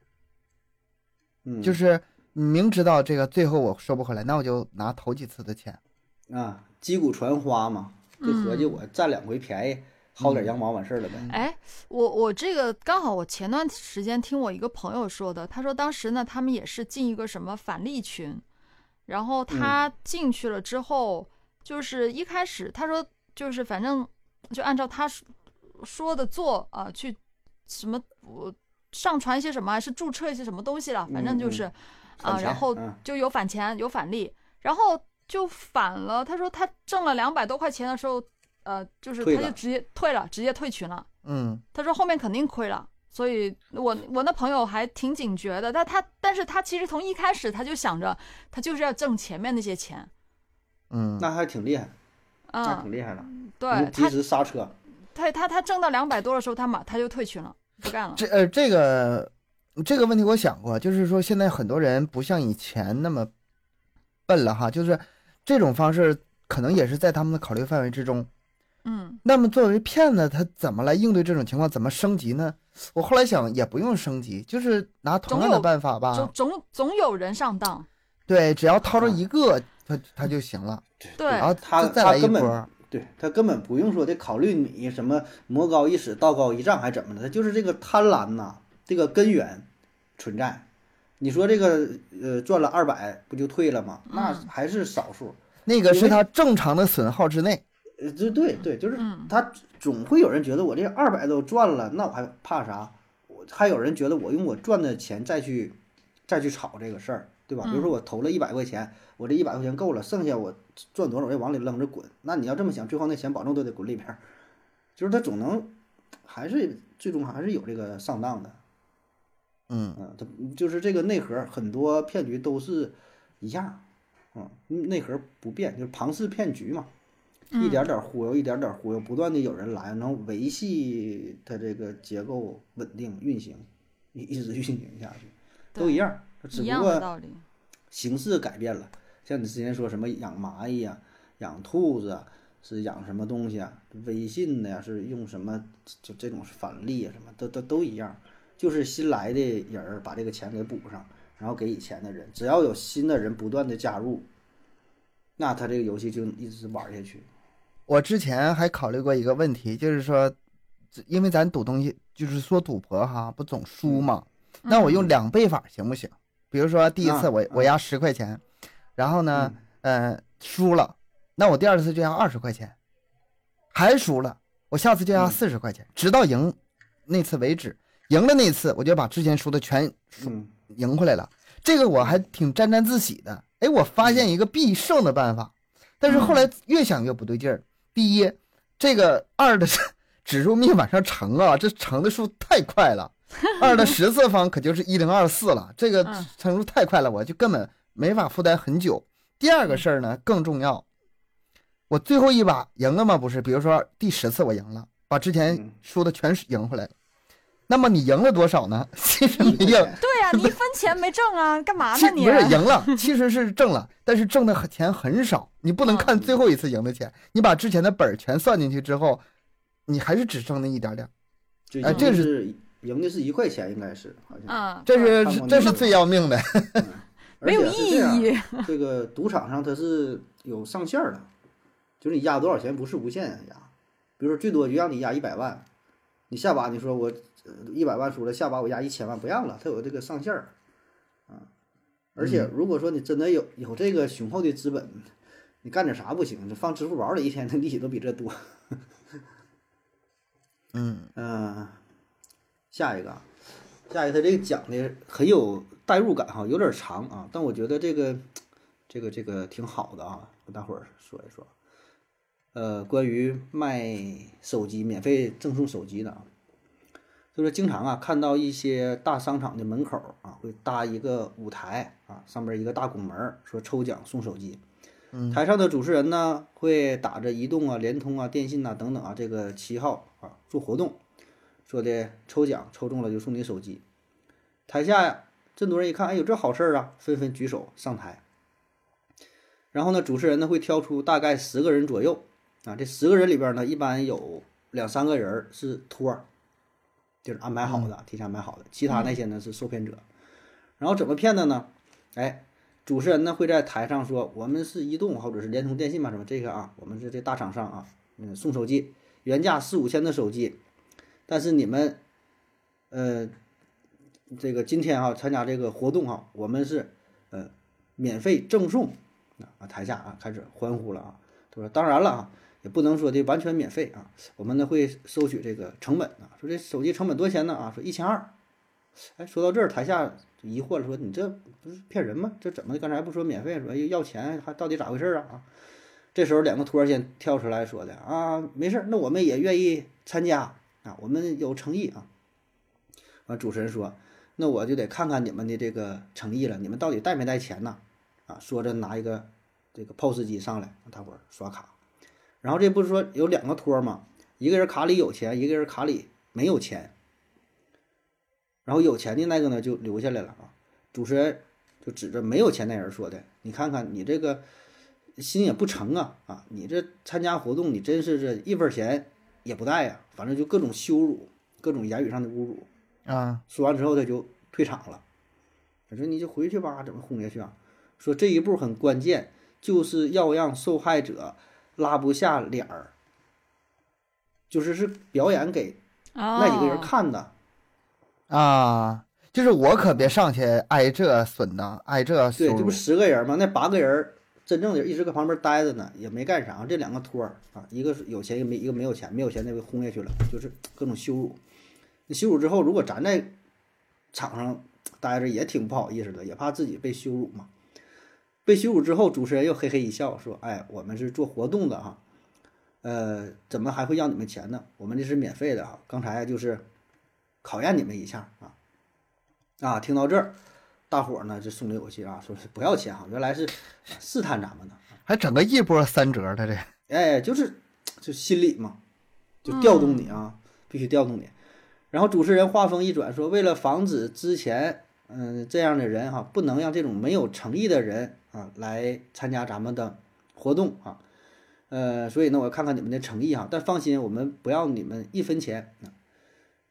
[SPEAKER 1] 嗯
[SPEAKER 2] 就是明知道这个最后我收不回来，那我就拿头几次的钱。
[SPEAKER 1] 啊击鼓传花嘛，
[SPEAKER 2] 嗯
[SPEAKER 1] 就合计我占两回便宜，薅点羊毛完事儿了呗。
[SPEAKER 3] 哎，我我这个刚好，我前段时间听我一个朋友说的，他说当时呢，他们也是进一个什么返利群，然
[SPEAKER 1] 嗯
[SPEAKER 3] 后他进去了之后，就是一开始他说就是反正就按照他说说的做啊，去什么我上传一些什么，还啊是注册一些什么东西了，反正就
[SPEAKER 1] 嗯
[SPEAKER 3] 是、
[SPEAKER 1] 返
[SPEAKER 3] 啊，
[SPEAKER 1] 钱
[SPEAKER 3] 然后
[SPEAKER 1] 嗯
[SPEAKER 3] 就有返钱，有返利，然后就返了。他说他挣了两百多块钱的时候，呃，就是
[SPEAKER 1] 退
[SPEAKER 3] 他就
[SPEAKER 1] 了
[SPEAKER 3] 直接退了，直接退群了。
[SPEAKER 2] 嗯
[SPEAKER 3] 他说后面肯定亏了，所以我我那朋友还挺警觉的，但他但是他其实从一开始他就想着，他就是要挣前面那些钱，
[SPEAKER 2] 嗯，
[SPEAKER 1] 那还挺厉害，那
[SPEAKER 3] 嗯，
[SPEAKER 1] 挺厉害了，
[SPEAKER 3] 对
[SPEAKER 1] 你及
[SPEAKER 3] 他
[SPEAKER 1] 时刹车，
[SPEAKER 3] 他他他挣到两百多的时候，他马他就退群了，不干了，
[SPEAKER 2] 这呃这个这个问题我想过，就是说现在很多人不像以前那么笨了哈，就是这种方式可能也是在他们的考虑范围之中。
[SPEAKER 3] 嗯
[SPEAKER 2] 那么作为骗子，他怎么来应对这种情况？怎么升级呢？我后来想，也不用升级，就是拿同样的办法
[SPEAKER 3] 总
[SPEAKER 1] 啊
[SPEAKER 2] 吧。
[SPEAKER 3] 总总有人上当，
[SPEAKER 2] 对，只要掏着一个，他他就行了。
[SPEAKER 3] 对
[SPEAKER 2] 然后
[SPEAKER 1] 他
[SPEAKER 2] 再再来
[SPEAKER 1] 他
[SPEAKER 2] 一
[SPEAKER 1] 根
[SPEAKER 2] 波
[SPEAKER 1] 本
[SPEAKER 2] 儿。
[SPEAKER 1] 对他根本不用说得考虑你什么魔高一尺道高一丈还怎么的，他就是这个贪婪呐、这个根源存在。你说这个呃赚了二百不就退了吗？那
[SPEAKER 3] 嗯
[SPEAKER 1] 还是少数。
[SPEAKER 2] 那个
[SPEAKER 1] 因
[SPEAKER 2] 是
[SPEAKER 1] 为
[SPEAKER 2] 他正常的损耗之内。
[SPEAKER 1] 呃，对对对，就是
[SPEAKER 3] 嗯
[SPEAKER 1] 他总会有人觉得我这二百都赚了，那我还怕啥？我还有人觉得我用我赚的钱再去再去炒这个事儿，对吧？比如说我投了一百块钱，我这一百块钱够了，剩下我赚多少我就往里扔着滚。那你要这么想，最后那钱保证都得滚里边儿，就是他总能还是最终还是有这个上当的。
[SPEAKER 2] 嗯，
[SPEAKER 1] 嗯，它就是这个内核，很多骗局都是一样，嗯，内核不变，就是庞氏骗局嘛，
[SPEAKER 3] 嗯
[SPEAKER 1] 一点点忽悠，一点点忽悠，不断的有人来，能维系它这个结构稳定运行，一一直运行下去，都一样，只
[SPEAKER 3] 一
[SPEAKER 1] 不
[SPEAKER 3] 样的
[SPEAKER 1] 过
[SPEAKER 3] 道理，
[SPEAKER 1] 形式改变了。像你之前说什么养蚂蚁呀、养兔子啊，是养什么东西啊？微信呢、是用什么？就这种返利啊，什么都都都一样。就是新来的人儿把这个钱给补上，然后给以前的人，只要有新的人不断的加入，那他这个游戏就一直玩下去。
[SPEAKER 2] 我之前还考虑过一个问题，就是说，因为咱赌东西，就是说赌博哈，不总输嘛。那我用两倍法行不行？比如说第一次
[SPEAKER 1] 啊
[SPEAKER 2] 我
[SPEAKER 1] 啊
[SPEAKER 2] 我压十块钱，然后呢，呃，输了，那我第二次就压二十块钱，还输了，我下次就压
[SPEAKER 1] 嗯
[SPEAKER 2] 四十块钱，直到赢那次为止。赢了那次，我就把之前输的全输
[SPEAKER 1] 嗯，
[SPEAKER 2] 赢回来了。这个我还挺沾沾自喜的。哎，我发现一个必胜的办法，但是后来越想越不对劲儿。第一，这个二的 指数幂往上乘啊，这乘的数太快了，二的十次方可就是一零二四了，这个
[SPEAKER 3] 嗯
[SPEAKER 2] 乘数太快了，我就根本没法负担很久。第二个事儿呢更重要，我最后一把赢了吗？不是，比如说第十次我赢了，把之前
[SPEAKER 1] 嗯
[SPEAKER 2] 输的全赢回来了。那么你赢了多少呢？ 其实没
[SPEAKER 1] 一块
[SPEAKER 2] 赢，
[SPEAKER 1] 钱
[SPEAKER 3] 对呀、你一分钱没挣啊，干嘛
[SPEAKER 2] 其
[SPEAKER 3] 呢
[SPEAKER 2] 不
[SPEAKER 3] 你？
[SPEAKER 2] 是赢了，其实是 挣了，但是挣的很钱很少。你不
[SPEAKER 1] 啊
[SPEAKER 2] 能看最后一次赢的钱，你把之前的本儿全算进去之后，你还是只挣那一点点儿。
[SPEAKER 1] 啊就
[SPEAKER 2] 哎
[SPEAKER 1] 赢
[SPEAKER 2] 这
[SPEAKER 1] 的
[SPEAKER 2] 是
[SPEAKER 1] 是赢的是一块钱，应该是好像。
[SPEAKER 3] 嗯，
[SPEAKER 2] 这
[SPEAKER 3] 对
[SPEAKER 1] 看
[SPEAKER 2] 是
[SPEAKER 1] 过那
[SPEAKER 2] 这是
[SPEAKER 1] 个
[SPEAKER 2] 最 要命的。
[SPEAKER 1] 而
[SPEAKER 3] 没有
[SPEAKER 1] 且是这样
[SPEAKER 3] 意义，哦
[SPEAKER 1] 这个赌场上它是有上限儿的，就是你压多少钱不是无限压，比如说最多就让你压一百万，你下把你说我呃一百万输了，下把我压一千万不让了，它有这个上限儿，啊，而且如果说你真的有有这个雄厚的资本，你干点啥不行？你放支付宝里一天的利息都比这多。
[SPEAKER 2] 嗯，
[SPEAKER 1] 嗯，下一个，啊，下一个，他这个讲的很有代入感哈，有点长啊，但我觉得这个这个这个挺好的啊，跟大伙儿说一说。呃，关于卖手机免费赠送手机的啊，就是经常啊看到一些大商场的门口儿啊会搭一个舞台啊，上边儿一个大拱门儿，说抽奖送手机。台上的主持人呢会打着移动啊、联通啊、电信呐、等等啊这个旗号啊做活动，说的抽奖抽中了就送你手机。台下呀，这么多人一看，哎呦这好事儿啊，纷纷举手上台。然后呢，主持人呢会挑出大概十个人左右啊，这十个人里边呢，一般有两三个人儿是托儿，就是安排好的，提前安排好的，其他那些呢是受骗者。然后怎么骗的呢？哎，主持人呢会在台上说：“我们是移动或者是联通、电信嘛，什么这个啊，我们是这大厂商啊，嗯，送手机，原价四五千的手机，但是你们，呃，这个今天啊参加这个活动哈、我们是呃免费赠送啊，台下啊开始欢呼了啊，他说当然了啊，也不能说的完全免费啊，我们呢会收取这个成本啊，说这手机成本多少钱呢啊，说一千二，哎，说到这儿台下就疑惑了，说你这不是骗人吗？这怎么刚才不说免费，说又哎要钱，还到底咋回事儿啊？啊这时候两个托儿先跳出来说的啊，没事儿，那我们也愿意参加啊，我们有诚意啊。完，主持人说：“那我就得看看你们的这个诚意了，你们到底带没带钱呢？”啊，说着拿一个这个 POS 机上来，让大伙儿刷卡。然后这不是说有两个托儿吗？一个人卡里有钱，一个人卡里没有钱。然后有钱的那个呢就留下来了啊。主持人就指着没有钱那人说的：“你看看你这个心也不诚啊啊！你这参加活动你真是这一分钱也不带呀、反正就各种羞辱，各种言语上的侮辱。”
[SPEAKER 2] 啊，
[SPEAKER 1] 说完之后他就退场了。我说你就回去吧，怎么轰下去啊？说这一步很关键，就是要让受害者拉不下脸儿，就是是表演给那几个人
[SPEAKER 3] 哦
[SPEAKER 1] 看的。
[SPEAKER 2] 啊，就是我可别上去挨这损呐，挨这
[SPEAKER 1] 对，
[SPEAKER 2] 羞
[SPEAKER 1] 这
[SPEAKER 2] 辱
[SPEAKER 1] 不十个人吗？那八个人儿真正的人一直搁旁边待着呢，也没干啥。这两个托儿啊，一个是有钱，一个没一个没有钱，没有钱那被轰下去了，就是各种羞辱。那羞辱之后，如果咱在场上待着也挺不好意思的，也怕自己被羞辱嘛。被羞辱之后，主持人又嘿嘿一笑说：“哎，我们是做活动的哈，呃，怎么还会要你们钱呢？我们这是免费的哈。刚才就是考验你们一下啊啊！听到这儿，大伙儿呢就送给我去啊，说是不要钱哈，原来是啊试探咱们呢，
[SPEAKER 2] 还整个一波三折，他这
[SPEAKER 1] 哎，就是就心理嘛，就调动你啊，必须调动你。然后主持人话锋一转说，为了防止之前嗯这样的人哈、不能让这种没有诚意的人啊来参加咱们的活动啊，呃，所以呢，我要看看你们的诚意哈、但放心，我们不要你们一分钱。啊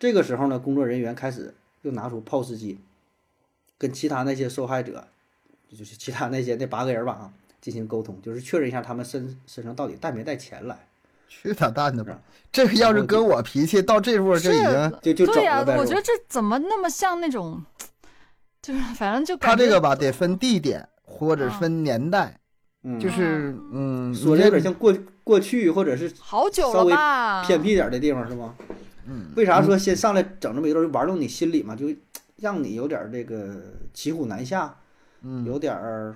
[SPEAKER 1] 这个时候呢，工作人员开始又拿出 POS 机，跟其他那些受害者，就是其他那些那八个人吧啊，进行沟通，就是确认一下他们身身上到底带没带钱来。
[SPEAKER 2] 去他蛋的
[SPEAKER 1] 是
[SPEAKER 2] 吧
[SPEAKER 1] 啊！
[SPEAKER 2] 这个要是搁我脾气到这步，就已经
[SPEAKER 1] 就就
[SPEAKER 3] 对呀、
[SPEAKER 1] 走了呗
[SPEAKER 3] 我
[SPEAKER 1] 是
[SPEAKER 3] 觉
[SPEAKER 1] 吧
[SPEAKER 3] 得这怎么那么像那种，就是反正就感
[SPEAKER 2] 他这
[SPEAKER 3] 觉
[SPEAKER 2] 个吧，得分地点或者分年代，
[SPEAKER 1] 啊嗯，
[SPEAKER 2] 就是嗯，
[SPEAKER 1] 说的
[SPEAKER 2] 这
[SPEAKER 1] 有点像过过去或者是
[SPEAKER 3] 好久
[SPEAKER 1] 稍
[SPEAKER 3] 了
[SPEAKER 1] 微
[SPEAKER 3] 吧？
[SPEAKER 1] 偏僻点儿的地方是吗？
[SPEAKER 2] 嗯，
[SPEAKER 1] 为啥说先上来整这么一段，就玩弄你心理嘛，就让你有点儿这个骑虎难下，
[SPEAKER 2] 嗯
[SPEAKER 1] 有点儿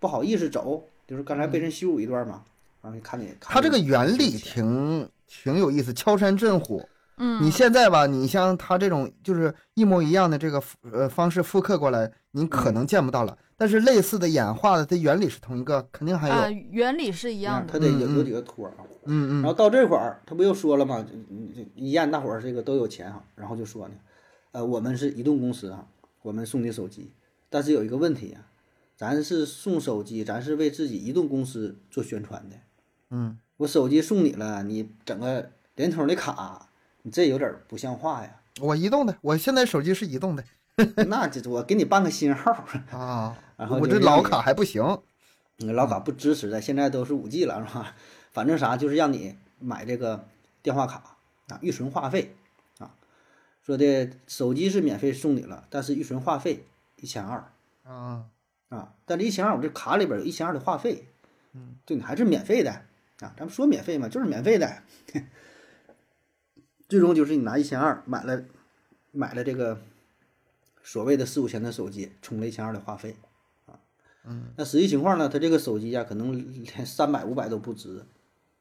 [SPEAKER 1] 不好意思走，就是刚才被人羞辱一段嘛，然后看你看
[SPEAKER 2] 嗯他这
[SPEAKER 1] 你
[SPEAKER 2] 个原理
[SPEAKER 1] 有钱
[SPEAKER 2] 挺挺有意思，敲山震虎。
[SPEAKER 3] 嗯，
[SPEAKER 2] 你现在吧，你像他这种就是一模一样的这个呃方式复刻过来，
[SPEAKER 3] 嗯
[SPEAKER 2] 你可能见不到了，但是类似的演化的，它原理是同一个，肯定还有。
[SPEAKER 3] 啊、原理是一
[SPEAKER 1] 一
[SPEAKER 3] 样
[SPEAKER 1] 他
[SPEAKER 3] 的，
[SPEAKER 1] 得有
[SPEAKER 2] 嗯
[SPEAKER 1] 有几个托儿啊。
[SPEAKER 2] 嗯
[SPEAKER 1] 然
[SPEAKER 2] 嗯
[SPEAKER 1] 后到这会儿，他不又说了吗？这这一验大伙儿这个都有钱哈、然后就说呢，呃，我们是移动公司啊，我们送你手机，但是有一个问题啊，咱是送手机，咱是为自己移动公司做宣传的。
[SPEAKER 2] 嗯，
[SPEAKER 1] 我手机送你了，你整个联通的卡，你这有点儿不像话呀。
[SPEAKER 2] 我移动的，我现在手机是移动的
[SPEAKER 1] 那这我给你办个新号儿，
[SPEAKER 2] 啊，
[SPEAKER 1] 然后
[SPEAKER 2] 我
[SPEAKER 1] 就
[SPEAKER 2] 这
[SPEAKER 1] 让
[SPEAKER 2] 老
[SPEAKER 1] 你
[SPEAKER 2] 卡还不行。
[SPEAKER 1] 你老卡不支持的，现在都是五 G 了是吧？反正啥就是让你买这个电话卡啊，预存话费啊，说的手机是免费送你了，但是预存话费一千二
[SPEAKER 2] 啊，
[SPEAKER 1] 啊，但这一千二我这卡里边有一千二的话费，嗯，对你还是免费的啊，咱们说免费嘛，就是免费的， 最终就是你拿一千二买了买了这个所谓的四五千的手机，充了一千二的话费。啊
[SPEAKER 2] 嗯
[SPEAKER 1] 那实际情况呢，它这个手机啊，可能连三百、五百都不值，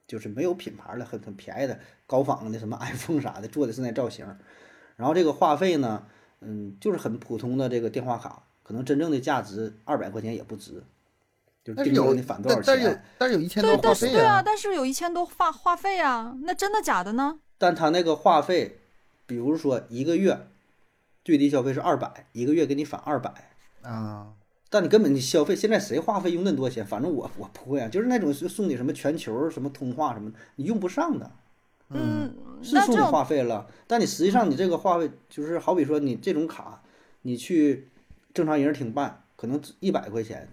[SPEAKER 1] 就是没有品牌了，很很便宜的高仿的什么 iPhone 啥的，做的是那造型儿。然后这个话费呢，嗯，就是很普通的这个电话卡，可能真正的价值二百块钱也不值，就是
[SPEAKER 2] 但是
[SPEAKER 1] 定
[SPEAKER 2] 有
[SPEAKER 1] 格你返多
[SPEAKER 2] 但
[SPEAKER 1] 少
[SPEAKER 2] 但是
[SPEAKER 1] 钱。
[SPEAKER 2] 有但是有一千多
[SPEAKER 3] 对，
[SPEAKER 2] 话
[SPEAKER 3] 但是
[SPEAKER 2] 费
[SPEAKER 3] 对啊，但是有一千多话话费啊，那真的假的呢？
[SPEAKER 1] 但它那个话费，比如说一个月最低消费是二百，一个月给你返二百，
[SPEAKER 2] 啊，
[SPEAKER 1] 但你根本你消费，现在谁话费用那么多钱？反正我 我不会啊，就是那种送你什么全球什么通话什么，你用不上的，
[SPEAKER 3] 嗯，
[SPEAKER 1] 是
[SPEAKER 3] 那
[SPEAKER 1] 送
[SPEAKER 3] 这
[SPEAKER 1] 你
[SPEAKER 3] 种
[SPEAKER 1] 话费了，但你实际上你这个话费就是好比说你这种卡，你去正常人挺办，可能一百块钱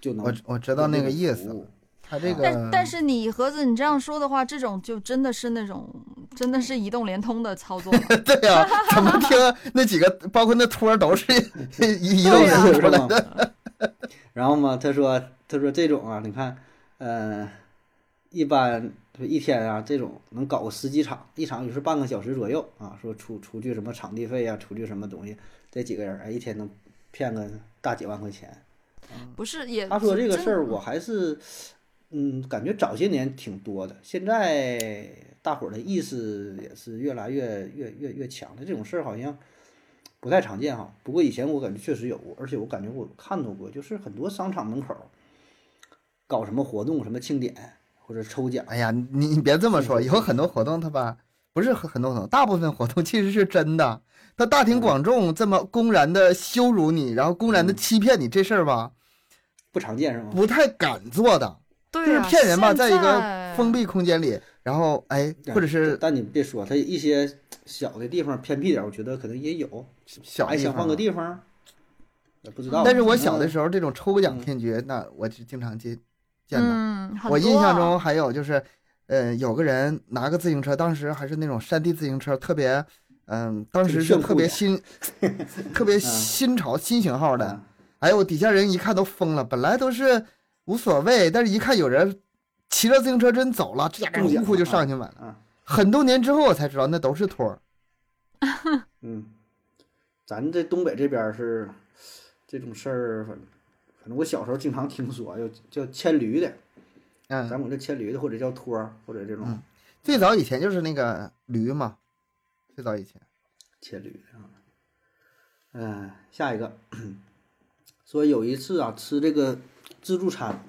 [SPEAKER 1] 就能
[SPEAKER 2] 我我知道那个意
[SPEAKER 1] 服
[SPEAKER 2] 思，
[SPEAKER 1] 务
[SPEAKER 2] 他这个
[SPEAKER 3] 但但是你盒子，你这样说的话，这种就真的是那种真的是移动联通的 操作了，
[SPEAKER 2] 对呀、怎么听啊那几个，包括那托儿都是 移移动
[SPEAKER 3] 呀
[SPEAKER 2] 的
[SPEAKER 1] 是
[SPEAKER 2] 出来
[SPEAKER 1] 吗
[SPEAKER 2] 的，？
[SPEAKER 1] 然后嘛，他说他说这种啊，你看，呃，一般就一天啊，这种能搞个十几场，一场也是半个小时左右啊。说除除去什么场地费啊，除去什么东西，这几个人哎，一天能骗个大几万块钱。
[SPEAKER 3] 不是也
[SPEAKER 1] 他说这个事儿，
[SPEAKER 3] 真
[SPEAKER 1] 我还是嗯，感觉早些年挺多的，现在大伙儿的意识也是越来越越越越强了。这种事儿好像不太常见哈，不过以前我感觉确实有过，而且我感觉我看到过，就是很多商场门口儿搞什么活动，什么庆典或者抽奖，
[SPEAKER 2] 哎呀，你你别这么说，
[SPEAKER 1] 嗯
[SPEAKER 2] 以后很多活动它吧，不是很很多活动，大部分活动其实是真的。他大
[SPEAKER 1] 嗯
[SPEAKER 2] 庭广众这么公然的羞辱你，然后公然的欺骗你，这事儿吧
[SPEAKER 1] 不常见是吗？
[SPEAKER 2] 不太敢做的，就
[SPEAKER 3] 对
[SPEAKER 2] 是
[SPEAKER 3] 呀、
[SPEAKER 2] 骗人吧，
[SPEAKER 3] 现
[SPEAKER 2] 在一个
[SPEAKER 3] 在
[SPEAKER 2] 封闭空间里，然后哎，
[SPEAKER 1] 对
[SPEAKER 2] 或者是
[SPEAKER 1] 但你别说，它一些小的地方偏僻点儿，我觉得可能也有，
[SPEAKER 2] 小
[SPEAKER 1] 哎，
[SPEAKER 2] 地
[SPEAKER 1] 想
[SPEAKER 2] 方
[SPEAKER 1] 换个
[SPEAKER 2] 啊。
[SPEAKER 1] 地方，也不知道。
[SPEAKER 2] 但是我小的
[SPEAKER 1] 时
[SPEAKER 2] 时候这种抽奖
[SPEAKER 1] 嗯
[SPEAKER 2] 骗局，那我就经常见见到。
[SPEAKER 3] 嗯，很
[SPEAKER 2] 我印
[SPEAKER 3] 多
[SPEAKER 2] 象
[SPEAKER 3] 啊
[SPEAKER 2] 中还有就是，呃，有个人拿个自行车，当时还是那种山地自行车，特别，嗯、当时是
[SPEAKER 1] 炫酷嗯
[SPEAKER 2] 特别
[SPEAKER 1] 一点
[SPEAKER 2] 新， 特别新潮新型号
[SPEAKER 1] 候
[SPEAKER 2] 的。哎呦，我底下人一看都疯了，本来都是无所谓，但是一看有人骑着自行车真走了，这家伙
[SPEAKER 1] 中奖
[SPEAKER 2] 呼呼就
[SPEAKER 1] 了啊
[SPEAKER 2] 上去买了。
[SPEAKER 1] 啊，
[SPEAKER 2] 很多年之后我才知道那都是托儿。
[SPEAKER 1] 嗯，咱这东北这边儿是这种事儿，反反正我小时候经常听说，有叫牵驴的，
[SPEAKER 2] 嗯，
[SPEAKER 1] 咱们这牵驴的或者叫托儿，或者这种
[SPEAKER 2] 嗯最早以前就是那个驴嘛，最早以前，
[SPEAKER 1] 牵驴的啊。嗯，下一个说有一次啊，吃这个自助餐，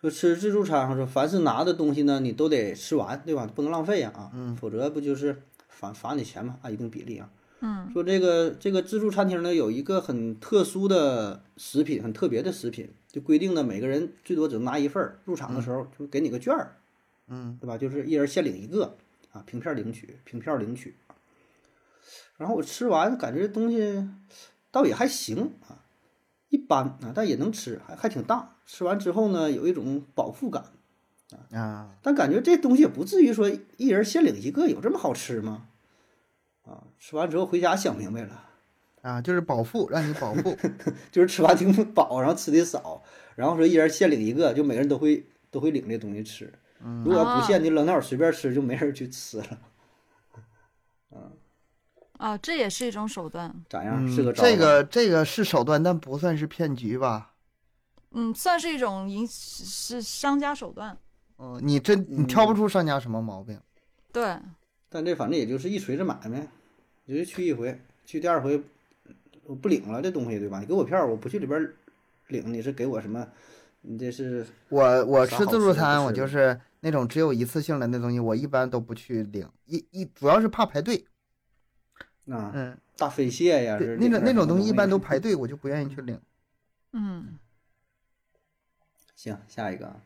[SPEAKER 1] 说吃自助餐，说凡是拿的东西呢，你都得吃完，对吧？不能浪费呀啊，
[SPEAKER 2] 嗯
[SPEAKER 1] 否则不就是罚罚你钱嘛，按一定比例啊。
[SPEAKER 3] 嗯
[SPEAKER 1] 说这个这个自助餐厅呢有一个很特殊的食品，很特别的食品，就规定的每个人最多只能拿一份儿，入场的时候就给你个券儿，
[SPEAKER 2] 嗯，
[SPEAKER 1] 对吧？就是一人限领一个啊，凭票领取，凭票领取。然后我吃完感觉这东西倒也还行啊，一般啊，但也能吃，还还挺大。吃完之后呢，有一种饱腹感，嗯
[SPEAKER 2] 啊，
[SPEAKER 1] 但感觉这东西也不至于说一人限领一个，有这么好吃吗？啊，吃完之后回家想明白了。
[SPEAKER 2] 啊，就是饱腹，让你饱腹
[SPEAKER 1] 就是吃完挺饱，然后吃的少，然后说一人限领一个，就每个人都会都会领这东西吃。如果要不限，就扔那儿随便吃，就没人去吃了。
[SPEAKER 3] 啊，这也是一种手段。
[SPEAKER 1] 咋样？
[SPEAKER 2] 嗯
[SPEAKER 1] 是个招
[SPEAKER 2] 这
[SPEAKER 1] 吧
[SPEAKER 2] 个这个是手段，但不算是骗局吧？
[SPEAKER 3] 嗯，算是一种营是是商家手段。
[SPEAKER 2] 嗯，你真你挑不
[SPEAKER 1] 嗯
[SPEAKER 2] 出商家什么毛病。
[SPEAKER 3] 对，
[SPEAKER 1] 但这反正也就是一锤子买卖，你就去一回，去第二回我不领了这东西，对吧？你给我票，我不去里边领，你是给我什么？你这是
[SPEAKER 2] 我我
[SPEAKER 1] 啥
[SPEAKER 2] 吃
[SPEAKER 1] 好
[SPEAKER 2] 自
[SPEAKER 1] 吃
[SPEAKER 2] 助
[SPEAKER 1] 的
[SPEAKER 2] 餐，
[SPEAKER 1] 不
[SPEAKER 2] 我
[SPEAKER 1] 吃
[SPEAKER 2] 就
[SPEAKER 1] 的
[SPEAKER 2] 是那种只有一次性的那东西，我一般都不去领，一一主要是怕排队。
[SPEAKER 1] 啊
[SPEAKER 2] 嗯，
[SPEAKER 1] 大飞蟹呀，
[SPEAKER 2] 对，
[SPEAKER 1] 是
[SPEAKER 2] 那种那种东
[SPEAKER 1] 东
[SPEAKER 2] 西一般都排队，我就不愿意去领。
[SPEAKER 3] 嗯
[SPEAKER 1] 行，下一个啊，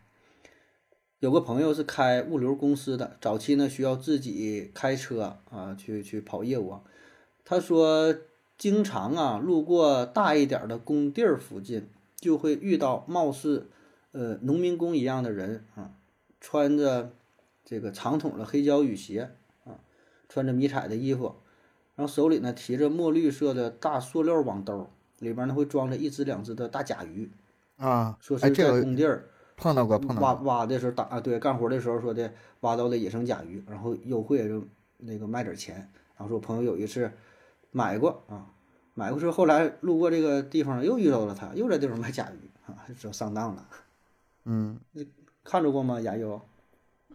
[SPEAKER 1] 有个朋友是开物流公司的，早期呢需要自己开车啊去去跑业务啊。他说，经常啊路过大一点儿的工地儿附近，就会遇到貌似呃农民工一样的人啊，穿着这个长筒的黑胶雨鞋啊，穿着迷彩的衣服，然后手里呢提着墨绿色的大塑料网兜，里边呢会装着一只两只的大甲鱼。
[SPEAKER 2] 啊
[SPEAKER 1] 说，是
[SPEAKER 2] 哎，这
[SPEAKER 1] 在
[SPEAKER 2] 个
[SPEAKER 1] 工地儿
[SPEAKER 2] 碰到过，碰到
[SPEAKER 1] 挖
[SPEAKER 2] 过。
[SPEAKER 1] 挖的时候打啊，对，干活的时候说的挖到了野生甲鱼，然后优惠就那个卖点钱，然后说我朋友有一次买过啊，买过之后后来路过这个地方又遇到了他，又在地方卖甲鱼啊，就上当了。
[SPEAKER 2] 嗯，
[SPEAKER 1] 看着过吗？亚优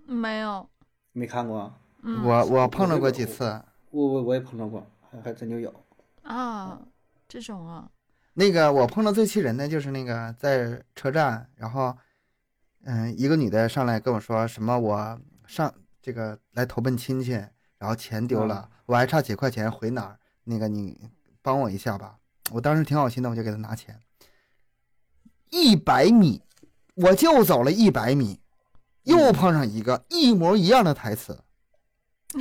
[SPEAKER 3] 没有，
[SPEAKER 1] 没看过，
[SPEAKER 3] 嗯
[SPEAKER 2] 我我碰
[SPEAKER 1] 这
[SPEAKER 2] 到过
[SPEAKER 1] 个
[SPEAKER 2] 几
[SPEAKER 1] 我
[SPEAKER 2] 次。
[SPEAKER 1] 我我我也碰着过，还还真就有。
[SPEAKER 3] 啊，这种啊，
[SPEAKER 2] 那个我碰到最气人的就是那个在车站，然后嗯，一个女的上来跟我说什么我上这个来投奔亲戚，然后钱丢
[SPEAKER 1] 嗯
[SPEAKER 2] 了，我还差几块钱回哪儿？那个你帮我一下吧。我当时挺好心的，我就给她拿钱。一百米，我就走了一百
[SPEAKER 1] 嗯
[SPEAKER 2] 米，又碰上一个一模一样的台词，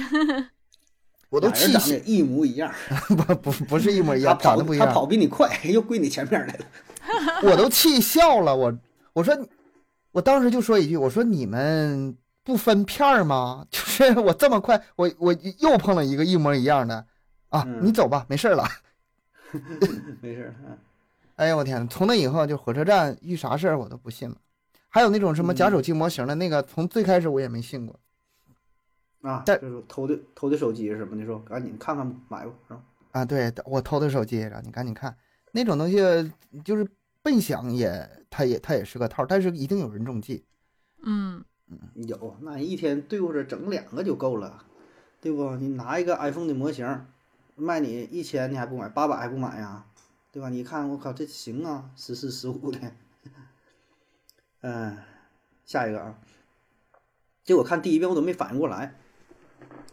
[SPEAKER 2] 我都
[SPEAKER 1] 俩人长
[SPEAKER 2] 气
[SPEAKER 1] 得
[SPEAKER 2] 死
[SPEAKER 1] 也。一模一样，
[SPEAKER 2] 不不不是一模一
[SPEAKER 1] 他
[SPEAKER 2] 样，长
[SPEAKER 1] 跑
[SPEAKER 2] 得不一
[SPEAKER 1] 他
[SPEAKER 2] 样。
[SPEAKER 1] 跑比你快，又跪你前面来了。
[SPEAKER 2] 我都气笑了。我我说，我当时就说一句，我说你们不分片儿吗？ 就是我这么快，我我又碰了一个一模一样的啊，
[SPEAKER 1] 嗯
[SPEAKER 2] 你走吧，没事儿了。
[SPEAKER 1] 没事儿，嗯
[SPEAKER 2] 哎呀，我天！从那以后，就火车站遇啥事儿我都不信了。还有那种什么假手机模型的那个，从最开始我也没信过。
[SPEAKER 1] 啊，
[SPEAKER 2] 但
[SPEAKER 1] 就是偷的偷的手机是什么的，说赶紧看看吧买吧，是吧？
[SPEAKER 2] 啊，对我偷的手机，然后你赶紧看那种东西，就是笨想也，他也他也是个套，但是一定有人中计。
[SPEAKER 3] 嗯，
[SPEAKER 1] 有，那你一天对付着整两个就够了，对不？你拿一个 iPhone 的模型，卖你一千，你还不买，八百还不买呀，对吧？你看，我靠，这行啊，十四、十五的，嗯，下一个啊，这我看第一遍我都没反应过来，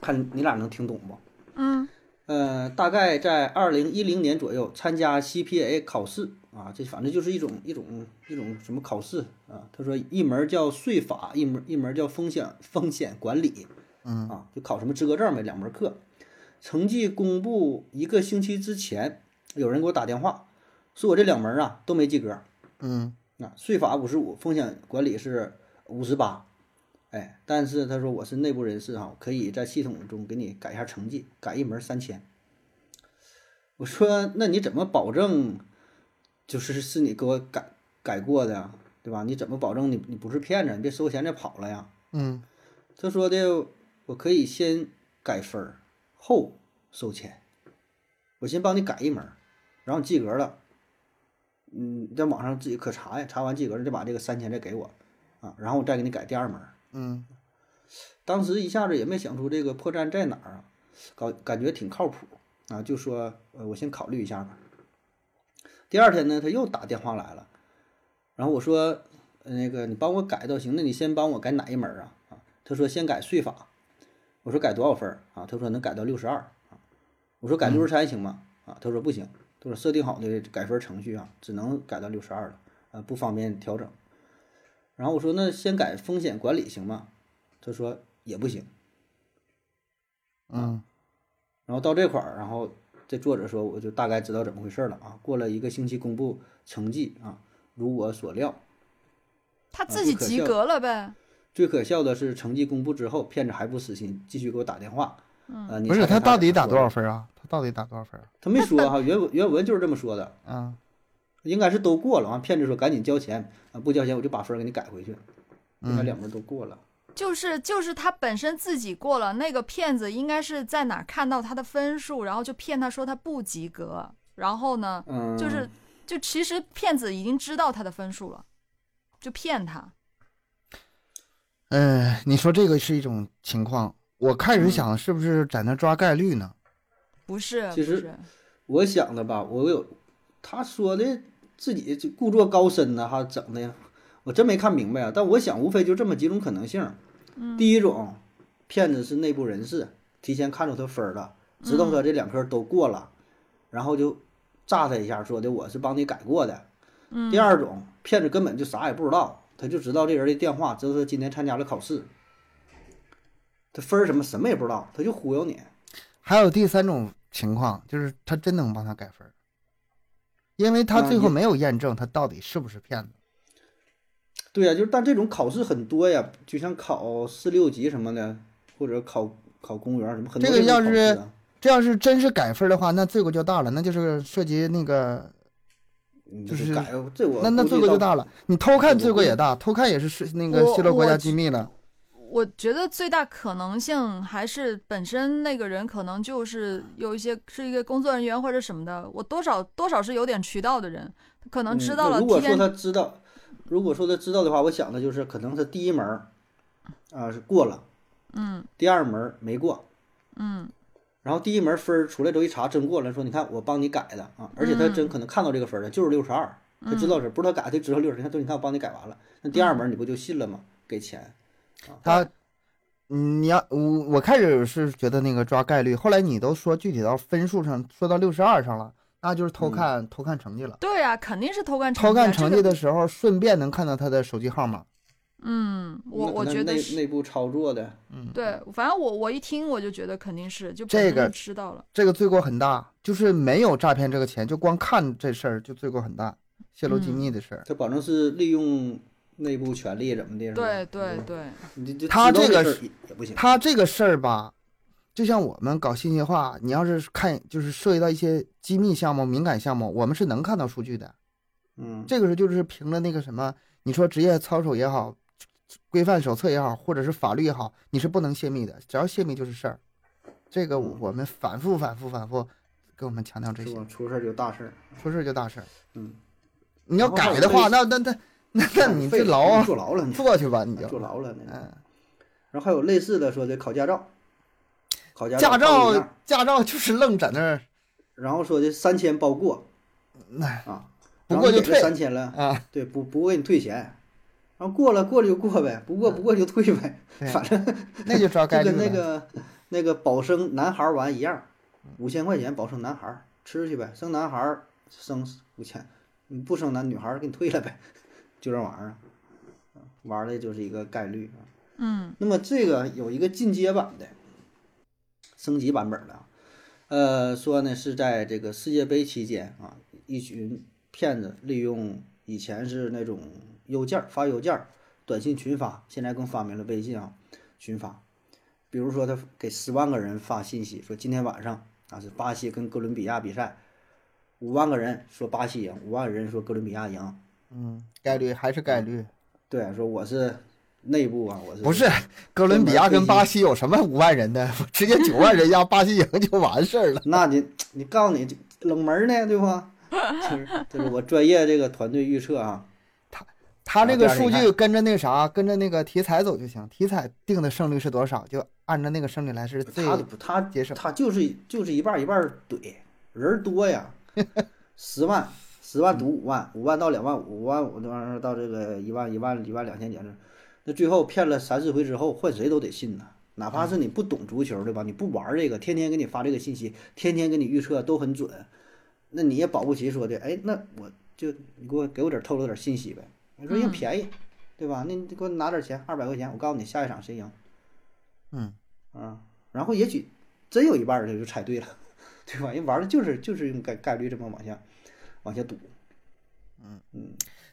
[SPEAKER 1] 看你俩能听懂不？
[SPEAKER 3] 嗯，
[SPEAKER 1] 呃，大概在二零一零年左右参加 CPA 考试啊，这反正就是一种一种一种什么考试啊。他说一门叫税法，一门一门叫风险风险管理，
[SPEAKER 2] 嗯
[SPEAKER 1] 啊，就考什么资格证呗，两门课。成绩公布一个星期之前，有人给我打电话，说我这两门啊都没及格，
[SPEAKER 2] 嗯
[SPEAKER 1] 啊，税法五十五，风险管理是五十八，哎，但是他说我是内部人士哈，可以在系统中给你改一下成绩，改一门三千。我说那你怎么保证，就是是你给我改改过的，对吧？你怎么保证你你不是骗子，你别收钱再跑了呀？
[SPEAKER 2] 嗯，
[SPEAKER 1] 他说的我可以先改分儿，后收钱，我先帮你改一门儿，然后你及格了，嗯，在网上自己可查呀，查完及格了再把这个三千再给我，啊，然后我再给你改第二门儿。
[SPEAKER 2] 嗯，
[SPEAKER 1] 当时一下子也没想出这个破绽在哪儿啊，搞感觉挺靠谱啊，就说呃我先考虑一下吧。第二天呢，他又打电话来了，然后我说呃那个你帮我改都行，那你先帮我改哪一门儿啊？啊，他说先改税法，我说改多少分儿啊？他说能改到六十二啊，我说改六十三行吗？啊，他说不行，他说设定好的改分程序啊，只能改到六十二了，呃不方便调整。然后我说那先改风险管理行吗？他说也不行。
[SPEAKER 2] 嗯，
[SPEAKER 1] 然后到这块儿，然后这作者说我就大概知道怎么回事了啊。过了一个星期公布成绩啊，如我所料，
[SPEAKER 3] 他
[SPEAKER 1] 啊
[SPEAKER 3] 自己
[SPEAKER 1] 不可
[SPEAKER 3] 及
[SPEAKER 1] 笑
[SPEAKER 3] 格了呗。
[SPEAKER 1] 最可笑的是成绩公布之后，骗子还不死心，继续给我打电话。嗯，你
[SPEAKER 2] 不是
[SPEAKER 1] 猜猜
[SPEAKER 2] 他
[SPEAKER 1] 他
[SPEAKER 2] 到底
[SPEAKER 1] 怎么
[SPEAKER 2] 打
[SPEAKER 1] 说
[SPEAKER 2] 多
[SPEAKER 1] 的
[SPEAKER 2] 少？分啊？他到底打多少分啊？
[SPEAKER 1] 他没说哈、原文原文就是这么说的，
[SPEAKER 2] 啊，
[SPEAKER 1] 应该是都过了啊。骗子说赶紧交钱啊，不交钱我就把分儿给你改回去。
[SPEAKER 2] 嗯
[SPEAKER 1] 应该两门都过了，
[SPEAKER 3] 就是就是他本身自己过了，那个骗子应该是在哪儿看到他的分数，然后就骗他说他不及格，然后呢，
[SPEAKER 1] 嗯，
[SPEAKER 3] 就是就其实骗子已经知道他的分数了，就骗他。
[SPEAKER 2] 嗯，你说这个是一种情况，我开
[SPEAKER 1] 嗯
[SPEAKER 2] 始想是不是在那抓概率呢？
[SPEAKER 3] 不是，
[SPEAKER 1] 其实
[SPEAKER 3] 不是，
[SPEAKER 1] 我想的吧，我有他说的自己就故作高深呢，哈，整的，我真没看明白啊。但我想，无非就这么几种可能性。第一种，骗子是内部人士，提前看出他分儿了，知道他这两科都过了，然后就诈他一下，说的我是帮你改过的。第二种，骗子根本就啥也不知道，他就知道这人的电话，知道他今天参加了考试，他分儿什么什么也不知道，他就忽悠你。
[SPEAKER 2] 还有第三种情况就是他真能帮他改分儿，因为他
[SPEAKER 1] 啊
[SPEAKER 2] 最后
[SPEAKER 1] 你
[SPEAKER 2] 没有验证他到底是不是骗子。
[SPEAKER 1] 对呀、就是但这种考试很多呀，就像考四六级什么的，或者考考公务员什么，很多
[SPEAKER 2] 这
[SPEAKER 1] 种
[SPEAKER 2] 个要
[SPEAKER 1] 考试
[SPEAKER 2] 是
[SPEAKER 1] 啊
[SPEAKER 2] 这要是真是改分儿的话，那罪过就大了，那就是涉及那个，
[SPEAKER 1] 嗯
[SPEAKER 2] 就
[SPEAKER 1] 这
[SPEAKER 2] 是
[SPEAKER 1] 改这我
[SPEAKER 2] 那那
[SPEAKER 1] 估计
[SPEAKER 2] 罪过
[SPEAKER 1] 到
[SPEAKER 2] 就
[SPEAKER 1] 嗯
[SPEAKER 2] 大了。你偷看
[SPEAKER 1] 我
[SPEAKER 2] 罪过
[SPEAKER 1] 估
[SPEAKER 2] 也大，偷看也是是那个
[SPEAKER 3] 我
[SPEAKER 2] 泄露国
[SPEAKER 3] 我
[SPEAKER 2] 家
[SPEAKER 3] 知
[SPEAKER 2] 机密了。
[SPEAKER 3] 我觉得最大可能性还是本身那个人可能就是有一些是一个工作人员或者什么的，我多少多少是有点渠道的人，可能
[SPEAKER 1] 嗯
[SPEAKER 3] 知道
[SPEAKER 1] 那
[SPEAKER 3] 了，
[SPEAKER 1] 如
[SPEAKER 3] 提
[SPEAKER 1] 果说
[SPEAKER 3] 前
[SPEAKER 1] 他知道，如果说他知道的话，我想的就是可能他第一门儿啊、是过了，嗯，第二门儿没过，
[SPEAKER 3] 嗯
[SPEAKER 1] 然后第一门儿分儿出来之后一查真过了，说你看我帮你改的啊，而且他
[SPEAKER 3] 嗯
[SPEAKER 1] 真可能看到这个分儿了，就是六十二，他知道是不是他改，他知道六十，你看对，你看我帮你改完了，那第二门儿你不就信了吗？给钱，
[SPEAKER 2] 他，嗯你要我我开始是觉得那个抓概率，后来你都说具体到分数上，说到六十二上了，那就是偷看、偷看成绩了。
[SPEAKER 3] 对啊，肯定是偷看成绩、啊，
[SPEAKER 2] 偷看成
[SPEAKER 3] 嗯这
[SPEAKER 2] 绩
[SPEAKER 3] 个
[SPEAKER 2] 的时候，顺便能看到他的手机号码。
[SPEAKER 3] 嗯，我
[SPEAKER 1] 那可
[SPEAKER 3] 我
[SPEAKER 1] 能
[SPEAKER 3] 觉得
[SPEAKER 1] 内
[SPEAKER 3] 是
[SPEAKER 1] 内部操作的，
[SPEAKER 3] 对，反正我我一听我就觉得肯定是，就
[SPEAKER 2] 这
[SPEAKER 3] 本身
[SPEAKER 2] 个
[SPEAKER 3] 就知道了。
[SPEAKER 2] 这个罪过很大，就是没有诈骗这个钱，就光看这事儿就罪过很大，泄露机密的事儿。
[SPEAKER 1] 他保证是利用内部权力怎么的，是吧嗯
[SPEAKER 3] 对对，对，
[SPEAKER 1] 你就
[SPEAKER 2] 他
[SPEAKER 1] 知道
[SPEAKER 2] 这个
[SPEAKER 1] 事儿
[SPEAKER 2] 是
[SPEAKER 1] 也也
[SPEAKER 3] 嗯
[SPEAKER 1] 不行，
[SPEAKER 2] 他这个事儿吧，就像我们搞信息化，你要是看就是涉及到一些机密项目、敏感项目，我们是能看到数据的。
[SPEAKER 1] 嗯，
[SPEAKER 2] 这个时候就是凭着那个什么，你说职业操守也好，规范手册也好，或者是法律也好，你是不能泄密的，只要泄密就是事儿。这个我我们反复、反复、反复给我们强调这
[SPEAKER 1] 是
[SPEAKER 2] 些，
[SPEAKER 1] 吧？出事儿就大事儿，
[SPEAKER 2] 出事儿就大事儿。
[SPEAKER 1] 嗯，
[SPEAKER 2] 你要改的话，
[SPEAKER 1] 然
[SPEAKER 2] 那那那那 那你
[SPEAKER 1] 费
[SPEAKER 2] 这啊牢
[SPEAKER 1] 坐牢了你，
[SPEAKER 2] 坐去吧，你就
[SPEAKER 1] 坐牢了那。
[SPEAKER 2] 嗯，
[SPEAKER 1] 然后还有类似的说的考驾照，考驾
[SPEAKER 2] 驾
[SPEAKER 1] 照报一
[SPEAKER 2] 照
[SPEAKER 1] 样，
[SPEAKER 2] 驾照就是愣在那儿
[SPEAKER 1] 然后说的三千包过
[SPEAKER 2] 那
[SPEAKER 1] 啊，
[SPEAKER 2] 不过就退
[SPEAKER 1] 三千了，
[SPEAKER 2] 啊，
[SPEAKER 1] 对，不不给你退钱，然后过了过了就过呗，不过不过就退呗，
[SPEAKER 2] 嗯对
[SPEAKER 1] 反正
[SPEAKER 2] 那就抓概
[SPEAKER 1] 就
[SPEAKER 2] 率
[SPEAKER 1] 跟那
[SPEAKER 2] 了。
[SPEAKER 1] 个那个保生男孩丸一样，五千块钱保生男孩儿吃去呗，生男孩儿生五千，你不生男女孩儿给你退了呗，就这玩意儿啊，玩儿的就是一个概率啊。
[SPEAKER 3] 嗯
[SPEAKER 1] 那么这个有一个进阶版的升级版本的啊，呃，说呢是在这个世界杯期间啊，一群骗子利用以前是那种邮件儿发邮件儿、短信群发，现在更发明了微信啊群发。比如说他给十万个人发信息，说今天晚上啊是巴西跟哥伦比亚比赛，五万个人说巴西赢，五万人说哥伦比亚赢。
[SPEAKER 2] 嗯，概率还是概率，
[SPEAKER 1] 嗯对，啊说我是内部啊，我是
[SPEAKER 2] 不是哥伦比亚跟巴西有什么五万人的， 直接九万人压巴西赢就完事儿了。
[SPEAKER 1] 那你你告诉你这冷门儿呢，对吧？ 就是就是我专业这个团队预测啊，
[SPEAKER 2] 他这个
[SPEAKER 1] 然
[SPEAKER 2] 数
[SPEAKER 1] 后第二
[SPEAKER 2] 据跟着那啥，跟着那个题材走就行，题材定的胜率是多少，就按照那个胜率来是最
[SPEAKER 1] 他不他
[SPEAKER 2] 节省。
[SPEAKER 1] 他就是就是一半儿一半儿怼，人儿多 呀，十万十万赌五万，五万到两万五，五万五那玩意儿到这个一万一万一万两千年这，那最后骗了三四回之后，换谁都得信呐。哪怕是你不懂足球，对吧？你不玩儿这个，天天给你发这个信息，天天给你预测都很准，那你也保不齐说的，哎，那我就你给我给我点儿透露点儿信息呗。你说人
[SPEAKER 3] 嗯
[SPEAKER 1] 便宜，对吧？那你给我拿点儿钱，二百块钱，我告诉你下一场谁赢。
[SPEAKER 2] 嗯
[SPEAKER 1] 啊，然后也许真有一半儿的就猜对了， 对吧？人玩的就是就是用概概率这么往下往下赌，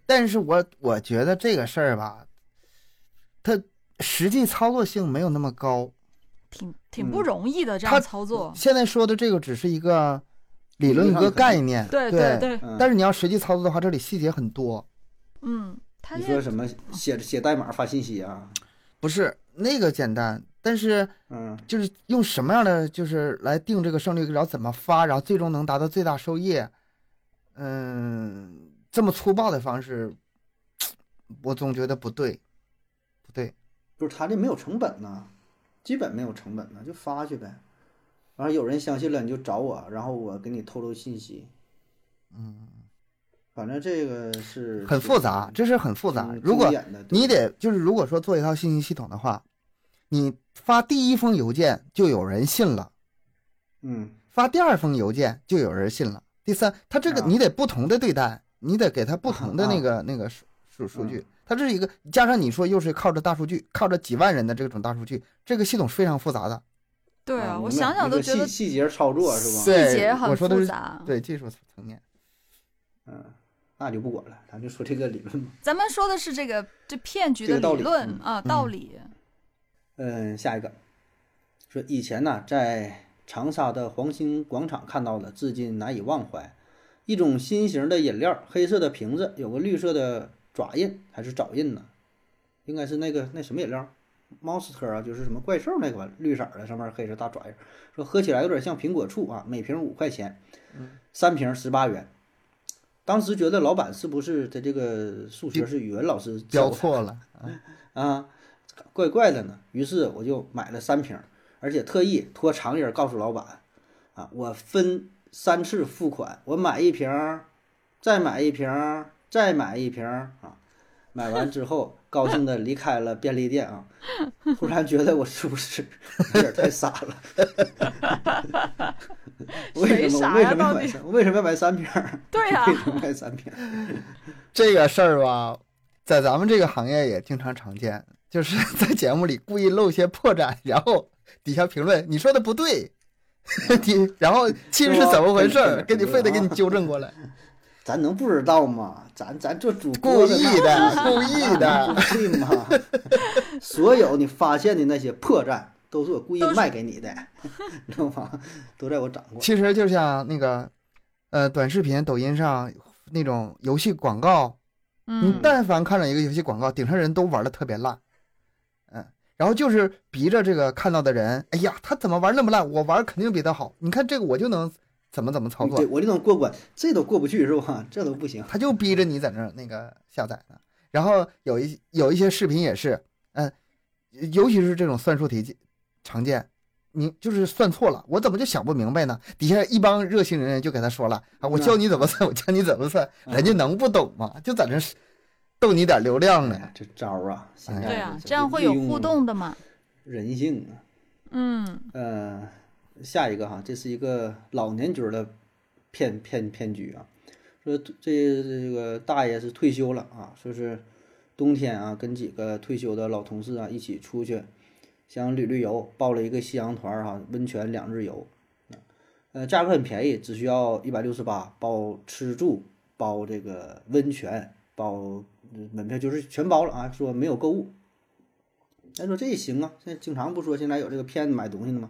[SPEAKER 2] 但是我我觉得这个事儿吧，它实际操作性没有那么高。
[SPEAKER 3] 挺挺
[SPEAKER 1] 嗯
[SPEAKER 3] 不容易的这
[SPEAKER 2] 他
[SPEAKER 3] 样操作。
[SPEAKER 2] 现在说的这个只是一个理论
[SPEAKER 1] 理论
[SPEAKER 2] 一
[SPEAKER 1] 上
[SPEAKER 2] 个
[SPEAKER 1] 可能
[SPEAKER 2] 概念，
[SPEAKER 3] 对
[SPEAKER 2] 对
[SPEAKER 3] 对，
[SPEAKER 1] 嗯，
[SPEAKER 2] 但是你要实际操作的话，这里细节很多。
[SPEAKER 3] 嗯，他
[SPEAKER 1] 你
[SPEAKER 3] 这
[SPEAKER 1] 说什么写写代码发信息啊？
[SPEAKER 2] 不是那个简单，但是
[SPEAKER 1] 嗯，
[SPEAKER 2] 就是用什么样的就是来定这个胜率，然后怎么发，然后最终能达到最大收益。嗯，这么粗暴的方式，我总觉得不对，不对。
[SPEAKER 1] 不是他这没有成本呐，基本没有成本呐，就发去呗。完了有人相信了你就找我，然后我给你透露信息，
[SPEAKER 2] 嗯，
[SPEAKER 1] 反正这个是
[SPEAKER 2] 很复杂，这是嗯很复
[SPEAKER 1] 复
[SPEAKER 2] 杂。如果你得就是如果说做一套信息系统的话，你发第一封邮件就有人信了。
[SPEAKER 1] 嗯
[SPEAKER 2] 发第二封邮件就有人信了，第三，他这个
[SPEAKER 1] 啊
[SPEAKER 2] 你得不同的对待，你得给他不同的那个、那个数数数据，它这是一个加上你说又是靠着大数据，靠着几万人的这种大数据，这个系统非常复杂的，
[SPEAKER 3] 对
[SPEAKER 1] 啊，
[SPEAKER 3] 啊，
[SPEAKER 1] 明
[SPEAKER 3] 我
[SPEAKER 1] 白
[SPEAKER 3] 想想
[SPEAKER 1] 你说
[SPEAKER 3] 都觉得
[SPEAKER 1] 细细节操作是吧？
[SPEAKER 3] 细节
[SPEAKER 2] 对我
[SPEAKER 3] 很
[SPEAKER 2] 说的
[SPEAKER 3] 复
[SPEAKER 2] 是
[SPEAKER 3] 杂。
[SPEAKER 2] 对技术层面。
[SPEAKER 1] 嗯，那就不管了，咱就说这个理论吧。
[SPEAKER 3] 咱们说的是这个这骗局
[SPEAKER 1] 这
[SPEAKER 3] 的
[SPEAKER 1] 个道
[SPEAKER 3] 理
[SPEAKER 1] 理
[SPEAKER 3] 论
[SPEAKER 1] 嗯
[SPEAKER 3] 啊道理，
[SPEAKER 1] 嗯，下一个，说以前呢在长沙的黄兴广场看到的，至今难以忘怀。一种新型的饮料，黑色的瓶子，有个绿色的爪印还是爪印呢？应该是那个那什么饮料，Monster 啊，就是什么怪兽那个吧，绿色儿的，上面黑色大爪印儿。说喝起来有点像苹果醋啊，每瓶五块钱，三瓶十八元。当时觉得老板是不是他这个数学是语文老师教
[SPEAKER 2] 标
[SPEAKER 1] 的
[SPEAKER 2] 错 了，
[SPEAKER 1] 啊，怪怪的呢。于是我就买了三瓶儿，而且特意托常人告诉老板，啊，我分三次付款，我买一瓶儿，再买一瓶儿，再买一瓶儿啊。买完之 后，高兴的离开了便利店啊。突然觉得我是不是有点太傻了？ 为什
[SPEAKER 3] 谁傻
[SPEAKER 1] 么
[SPEAKER 3] 呀
[SPEAKER 1] 我为什么要
[SPEAKER 3] 到底
[SPEAKER 1] 买三？我为什么要买三瓶儿？
[SPEAKER 3] 对啊呀
[SPEAKER 1] 为什么买三瓶儿？
[SPEAKER 2] 这个事儿吧，在咱们这个行业也经常常见，就是 在节目里故意露些破绽，然后底下评论你说的不对。 你然后其实是怎么回事儿，给你非得给你纠正过来。
[SPEAKER 1] 咱能不知道吗？咱咱做主
[SPEAKER 2] 故
[SPEAKER 1] 播
[SPEAKER 2] 意的，啊故 意的。
[SPEAKER 1] 对吗？啊所有你发现的那些破绽，都是我故意卖给你的， 你知道吗？都在我掌握。
[SPEAKER 2] 其实就像那个，呃，短视频、抖音上那种游戏广告，你
[SPEAKER 3] 嗯，
[SPEAKER 2] 但凡看着一个游戏广告，顶上人都玩的特别烂，嗯，然后就是逼着这个看到的人，哎呀，他怎么玩那么烂？我玩肯定比他好。你看这个我就能怎么怎么操
[SPEAKER 1] 对
[SPEAKER 2] 作，
[SPEAKER 1] 我就能过关，这都过不去是吧？这都不行。
[SPEAKER 2] 他就逼着你在那儿那个下载呢。然后有一有一些视频也是，嗯、尤其是这种算术题常见，你就是算错了，我怎么就想不明白呢？底下一帮热心人员就给他说了啊，我
[SPEAKER 1] 那
[SPEAKER 2] 教你怎么算，我教你怎么算，
[SPEAKER 1] 嗯
[SPEAKER 2] 人家能不懂吗？就在那儿逗你点流量
[SPEAKER 1] 哎
[SPEAKER 2] 呢。
[SPEAKER 1] 呀，这招儿啊，现在
[SPEAKER 3] 对啊，
[SPEAKER 1] 这
[SPEAKER 3] 这样会有互，动的 嘛。
[SPEAKER 1] 人性啊。
[SPEAKER 3] 嗯，
[SPEAKER 1] 呃，下一个哈，这是一个老年局儿的骗骗骗局啊，说这这个大爷是退休了啊，说是冬天啊，跟几个退休的老同事啊一起出去，想旅旅游，报了一个夕阳团儿哈、温泉两日游，呃，价格很便宜，只需要一百六十八，包吃住，包这个温泉，包呃门票就是全包了啊，说没有购物。咱说这也行啊，现在经常不说现在有这个骗子买东西的吗？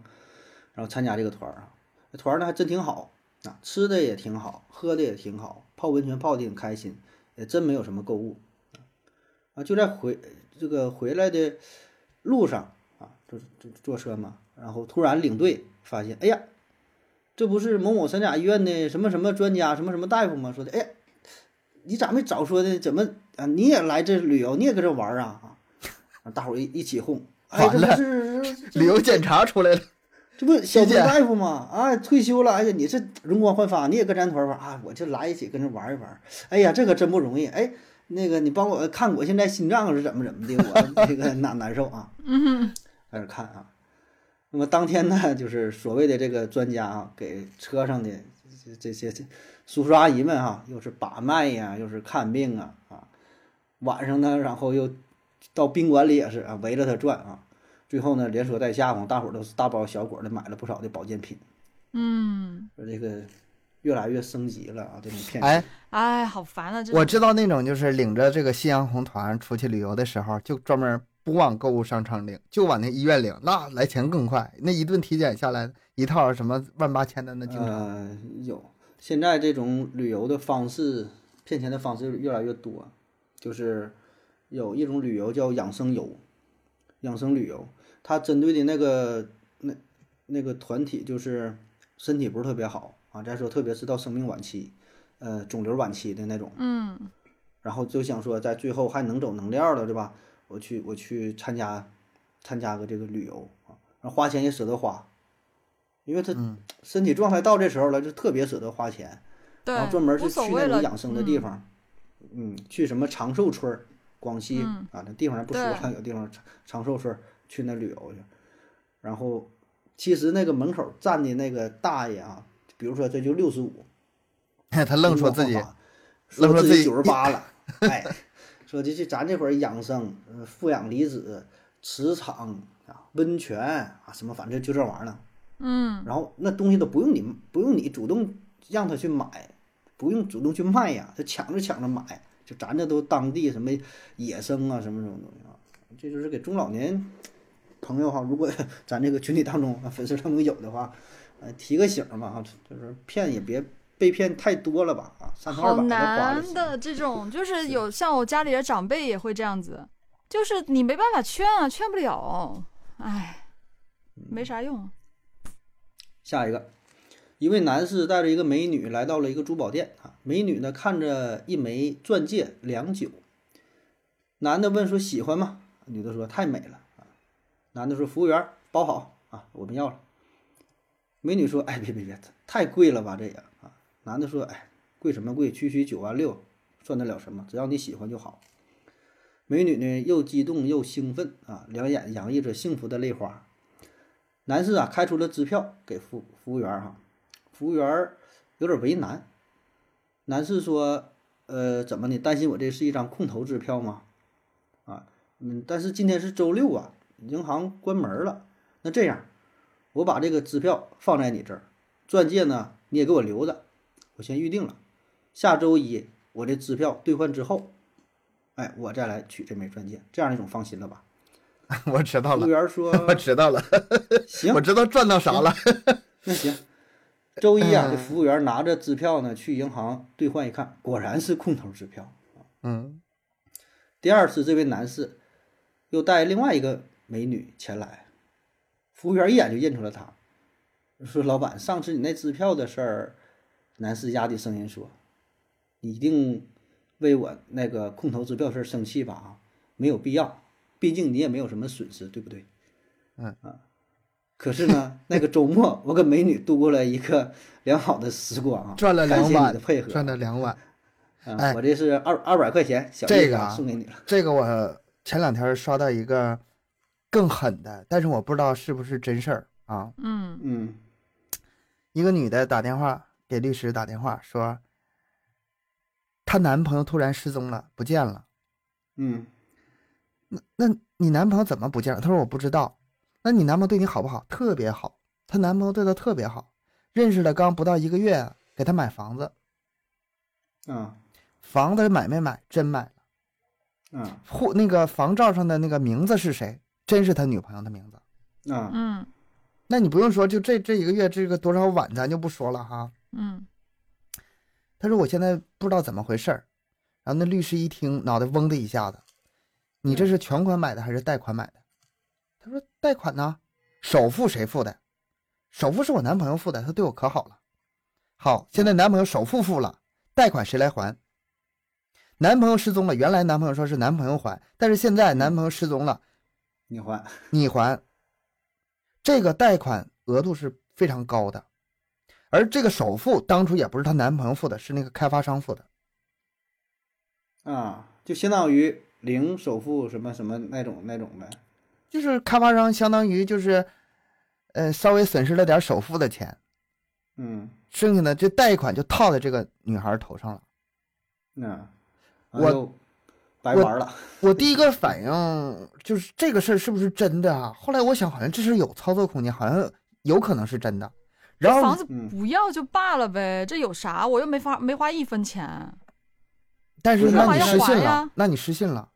[SPEAKER 1] 然后参加这个团儿啊，那团儿呢还真挺好啊，吃的也挺好，喝的也挺好，泡温泉泡的挺开心，也真没有什么购物啊。就在回这个回来的路上啊，坐坐坐车嘛，然后突然领队发现，哎呀，这不是某某三甲医院的什么什么专家什么什么大夫吗？说的，哎呀，你咋没早说呢？怎么啊？你也来这旅游，你也搁这玩儿啊？啊啊，大伙儿一一起哄，哎，这
[SPEAKER 2] 完了
[SPEAKER 1] 不是这这
[SPEAKER 2] 旅游检查出来了，
[SPEAKER 1] 这不小
[SPEAKER 2] 谢
[SPEAKER 1] 东
[SPEAKER 2] 谢
[SPEAKER 1] 大夫吗？啊，退休了，哎呀，你这容光焕发，你也跟咱团玩啊？我就来一起跟着玩一玩。哎呀，这可真不容易。哎，那个你帮我看我现在心脏是怎么怎么的，我 这个难难受啊。嗯， 在这看啊。那么当天呢，就是所谓的这个专家啊，给车上的这这这这叔叔阿姨们啊，又是把脉呀、又是看病啊啊。晚上呢，然后又到宾馆里也是啊，围着他转啊。最后呢，连说带吓唬，大伙儿都是大包小裹的买了不少的保健品。嗯，说这个越来越升级了啊，这种骗局。
[SPEAKER 2] 哎，
[SPEAKER 3] 哎，好烦啊！这
[SPEAKER 2] 我知道那种就是领着这个夕阳红团出去旅游的时候，就专门不往购物商场领，就往那医院领，那来钱更快。那一顿体检下来，一套什么万八千的那经常。
[SPEAKER 1] 呃，有现在这种旅游的方式，骗钱的方式越来越多，就是有一种旅游叫养生游，养生旅游，它针对的那个那那个团体就是身体不是特别好啊，再说特别是到生命晚期，呃，肿瘤晚期的那种，
[SPEAKER 3] 嗯，
[SPEAKER 1] 然后就想说在最后还能走能料了，对吧？我去我去参加参加个这个旅游啊，然后花钱也舍得花，因为他身体状态到这时候了，就特别舍得花钱，
[SPEAKER 3] 对
[SPEAKER 1] 然后啊专门，
[SPEAKER 3] 无
[SPEAKER 1] 是去
[SPEAKER 3] 所谓
[SPEAKER 1] 那
[SPEAKER 3] 了
[SPEAKER 1] 种养生的地。方，嗯去什么长寿村儿，广西、
[SPEAKER 3] 嗯
[SPEAKER 1] 啊，那地方咱不说了，
[SPEAKER 3] 对
[SPEAKER 1] 有地方长长寿村儿去那旅游去，然后其实那个门口站的那个大爷啊，比如说这就六十五，
[SPEAKER 2] 他愣说自己
[SPEAKER 1] 疯狂说
[SPEAKER 2] 愣说自己
[SPEAKER 1] 九十八了，哎，说这这咱这会儿养生，呃负氧离子、磁场啊、温泉啊什么，反正就这玩意儿呢。
[SPEAKER 3] 嗯
[SPEAKER 1] 然后那东西都不用你不用你主动让他去买，不用主动去卖呀，他抢着抢着买，就咱这都当地什么野生啊什么什么东西啊，这就是给中老年朋友哈，如果咱这个群体当中啊粉丝当中有的话，呃提个醒儿嘛哈，就是骗也别被骗太多了吧啊，三头二
[SPEAKER 3] 好
[SPEAKER 1] 百的花就
[SPEAKER 3] 难
[SPEAKER 1] 行
[SPEAKER 3] 的这种，就是有像我家里的长辈也会这样子，就是你没办法劝啊，劝不了，哎，没啥用。
[SPEAKER 1] 下一个，一位男士带着一个美女来到了一个珠宝店啊，美女呢看着一枚钻戒良久，男的问说喜欢吗？女的说太美了啊，男的说服务员包好啊，我们要了。美女说哎别别别，太贵了吧这也啊，男的说哎贵什么贵，区区九万六算得了什么？只要你喜欢就好。美女呢又激动又兴奋啊，两眼洋溢着幸福的泪花，男士啊开出了支票给服服务员儿哈，服务员儿有点为难。男士说：“呃，怎么你担心我这是一张空头支票吗？啊，嗯，但是今天是周六啊，银行关门了。那这样，我把这个支票放在你这儿，钻戒呢你也给我留着，我先预定了。下周一我这支票兑换之后，哎，我再来取这枚钻戒。这样你总放心了吧？”
[SPEAKER 2] 我知道
[SPEAKER 1] 服务
[SPEAKER 2] 了，
[SPEAKER 1] 员儿说
[SPEAKER 2] 我知道了，：“
[SPEAKER 1] 行
[SPEAKER 2] 我，知道赚到啥了。
[SPEAKER 1] 那行，周一啊，这服务员拿着支票呢，去银行兑换一看，果然是空头支票。
[SPEAKER 2] 嗯，
[SPEAKER 1] 第二次，这位男士又带另外一个美女前来，服务员一眼就认出了她，说老板，上次你那支票的事儿，男士压低声音说：“你一定为我那个空头支票事儿生气吧？啊，没有必要，毕竟你也没有什么损失，对不对？”
[SPEAKER 2] 嗯
[SPEAKER 1] 啊。可是呢，那个周末我跟美女度过了一个良好的时光啊，
[SPEAKER 2] 嗯赚了
[SPEAKER 1] 感
[SPEAKER 2] 两
[SPEAKER 1] 谢你
[SPEAKER 2] 碗
[SPEAKER 1] 的配，合，
[SPEAKER 2] 赚了两碗。
[SPEAKER 1] 啊，
[SPEAKER 2] 哎
[SPEAKER 1] 我这是二二百块钱小
[SPEAKER 2] 这
[SPEAKER 1] 意思
[SPEAKER 2] 个
[SPEAKER 1] 啊
[SPEAKER 2] 啊
[SPEAKER 1] 送给你了。
[SPEAKER 2] 这个我前两天刷到一个更狠的，但是我不知道是不是真事儿啊。
[SPEAKER 3] 嗯
[SPEAKER 1] 嗯
[SPEAKER 2] 一个女的打电话给律师打电话说，她男朋友突然失踪了，不见了。
[SPEAKER 1] 嗯
[SPEAKER 2] 那你男朋友怎么不见了？她说我不知道。那你男朋友对你好不好？特别好，她男朋友对她特别好，认识了刚不到一个月啊，给她买房子，
[SPEAKER 1] 啊
[SPEAKER 2] 房子买没买？真买了。
[SPEAKER 1] 啊
[SPEAKER 2] 户那个房照上的那个名字是谁？真是他女朋友的名字。
[SPEAKER 1] 啊
[SPEAKER 3] 嗯
[SPEAKER 2] 那你不用说，就这这一个月这个多少晚，咱就不说了哈。
[SPEAKER 3] 嗯
[SPEAKER 2] 他说我现在不知道怎么回事儿，然后那律师一听，脑袋嗡的一下子，你这是全款买的还是贷款买的？他说贷款呢，首付谁付的？首付是我男朋友付的，他对我可好了。好，现在男朋友首付付了，贷款谁来还？男朋友失踪了，原来男朋友说是男朋友还，但是现在男朋友失踪了，
[SPEAKER 1] 你还
[SPEAKER 2] 你还。这个贷款额度是非常高的，而这个首付当初也不是她男朋友付的，是那个开发商付的。
[SPEAKER 1] 啊，就相当于零首付什么什么那种那种呗。
[SPEAKER 2] 就是开发商相当于就是，呃，稍微损失了点首付的钱，
[SPEAKER 1] 嗯，
[SPEAKER 2] 剩下的这贷款就套在这个女孩头上了。
[SPEAKER 1] 那、啊、
[SPEAKER 2] 我
[SPEAKER 1] 就白
[SPEAKER 2] 我
[SPEAKER 1] 玩了。
[SPEAKER 2] 我第一个反应就是这个事儿是不是真的啊？后来我想，好像这事儿有操作空间，好像有可能是真的。然
[SPEAKER 3] 房
[SPEAKER 2] 后
[SPEAKER 3] 子
[SPEAKER 1] 嗯
[SPEAKER 3] 不要就罢了呗，这有啥？我又没花没花一分钱。
[SPEAKER 2] 但是
[SPEAKER 1] 不是
[SPEAKER 2] 那
[SPEAKER 1] 还
[SPEAKER 2] 你
[SPEAKER 1] 要
[SPEAKER 2] 失
[SPEAKER 3] 还
[SPEAKER 2] 信
[SPEAKER 3] 呀
[SPEAKER 2] 了，那你失信了，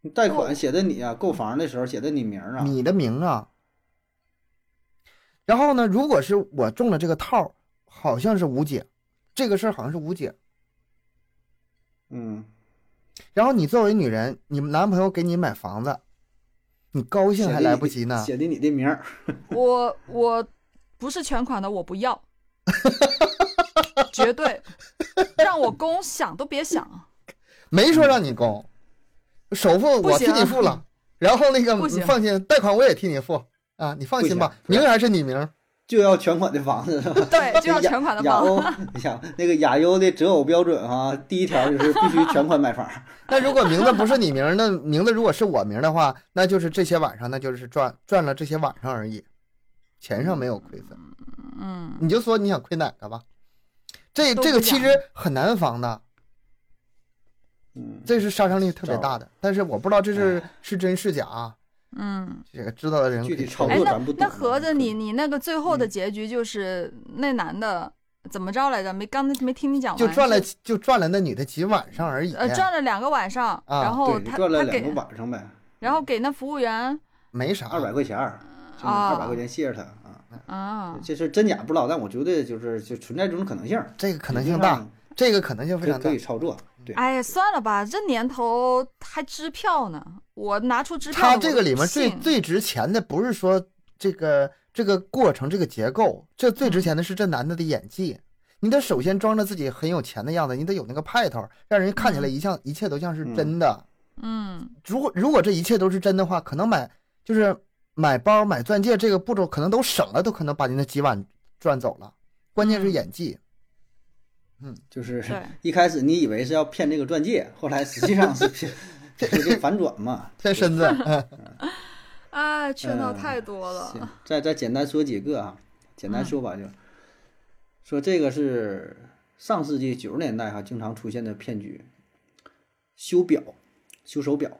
[SPEAKER 1] 你贷
[SPEAKER 3] 我
[SPEAKER 1] 款写的你啊，购房的时候写的你名儿啊。
[SPEAKER 2] 你的名啊。然后呢，如果是我中了这个套，好像是无解，这个事儿好像是无解。
[SPEAKER 1] 嗯，
[SPEAKER 2] 然后你作为女人，你男朋友给你买房子，你高
[SPEAKER 1] 写
[SPEAKER 2] 兴
[SPEAKER 1] 的
[SPEAKER 2] 还
[SPEAKER 1] 你
[SPEAKER 2] 来
[SPEAKER 1] 的
[SPEAKER 2] 不及呢。
[SPEAKER 1] 写的你的名儿。
[SPEAKER 3] 我我不是全款的，我不要，绝对让我公想都别 想，
[SPEAKER 2] 没说让你供，首付
[SPEAKER 3] 不
[SPEAKER 2] 我替
[SPEAKER 3] 行啊
[SPEAKER 2] 你付了，然后那个
[SPEAKER 3] 不
[SPEAKER 2] 你
[SPEAKER 3] 行
[SPEAKER 2] 放心，贷款我也替你付啊，你放
[SPEAKER 1] 不
[SPEAKER 2] 心
[SPEAKER 1] 行
[SPEAKER 2] 吧，
[SPEAKER 1] 不
[SPEAKER 2] 名儿还是你名儿。
[SPEAKER 1] 就要全款的房子是吧？
[SPEAKER 3] 对， 就要全款的
[SPEAKER 1] 亚
[SPEAKER 3] 房
[SPEAKER 1] 欧， 亚那个亚优的择偶标准啊，第一条就是必须全款买房。
[SPEAKER 2] 那如果名字不是你名儿， 那名字如果是我名儿的话，那就是这些晚上，那就是赚赚了这些晚上而已，钱上没有亏损。
[SPEAKER 3] 嗯，
[SPEAKER 2] 你就说你想亏哪个吧，这
[SPEAKER 3] 都
[SPEAKER 2] 这个
[SPEAKER 3] 不
[SPEAKER 2] 其
[SPEAKER 3] 讲
[SPEAKER 2] 实很难防的，
[SPEAKER 1] 嗯，
[SPEAKER 2] 这是杀伤力特别
[SPEAKER 1] 招
[SPEAKER 2] 大的。但是我不知道这是是真是假啊，
[SPEAKER 3] 嗯，
[SPEAKER 2] 这个知道的人
[SPEAKER 1] 具
[SPEAKER 2] 可以
[SPEAKER 1] 体操
[SPEAKER 2] 说
[SPEAKER 3] 哎
[SPEAKER 1] 作，
[SPEAKER 3] 那
[SPEAKER 1] 咱不懂嗯
[SPEAKER 3] 那
[SPEAKER 1] 啊
[SPEAKER 3] 合着
[SPEAKER 1] 可
[SPEAKER 3] 你
[SPEAKER 1] 以
[SPEAKER 3] 你那个最后的结局就是那男的怎么着来着？没刚才没听你讲完，
[SPEAKER 2] 就赚了
[SPEAKER 3] 是
[SPEAKER 2] 就赚了那女的几晚上而已。
[SPEAKER 3] 呃赚了两个晚上，
[SPEAKER 2] 啊
[SPEAKER 3] 然后
[SPEAKER 1] 对，
[SPEAKER 3] 他
[SPEAKER 1] 赚了
[SPEAKER 3] 他
[SPEAKER 1] 两个
[SPEAKER 3] 给
[SPEAKER 1] 晚上呗，
[SPEAKER 3] 然后给那服务员
[SPEAKER 2] 没啥，
[SPEAKER 1] 二百块钱儿，
[SPEAKER 3] 啊
[SPEAKER 1] 二百块钱谢谢他啊。
[SPEAKER 3] 啊，
[SPEAKER 1] 这事儿真假不知道，但我觉得就是就存在这种可能性，
[SPEAKER 2] 这个可
[SPEAKER 1] 可
[SPEAKER 2] 能性大，，这个可能性非
[SPEAKER 1] 可以
[SPEAKER 2] 常大
[SPEAKER 1] 可以。操作。对，
[SPEAKER 3] 哎呀，算了吧，这年头还支票呢，我拿出支票，
[SPEAKER 2] 它这个里面最
[SPEAKER 3] 信
[SPEAKER 2] 最值钱的不是说这个这个过程这个结构，这最
[SPEAKER 3] 嗯
[SPEAKER 2] 值钱的是这男的的演技。你得首先装着自己很有钱的样子，你得有那个派头，让人看起来一像一切都像是真的。
[SPEAKER 3] 嗯
[SPEAKER 2] 如果如果这一切都是真的话，可能买就是买包、买钻戒这个步骤可能都省了，都可能把你那几晚赚走了。关键是
[SPEAKER 3] 嗯
[SPEAKER 2] 演技，
[SPEAKER 1] 就是
[SPEAKER 3] 对
[SPEAKER 1] 一开始你以为是要骗这个钻戒，后来实际上 是骗这个反转 嘛。
[SPEAKER 2] 骗身子。
[SPEAKER 3] 哎，圈套
[SPEAKER 1] 嗯
[SPEAKER 3] 太多了。嗯
[SPEAKER 1] 行，再再简单说几个啊，简单说吧，就说这个是上世纪九十年代哈、经常出现的骗局，修表，修手表，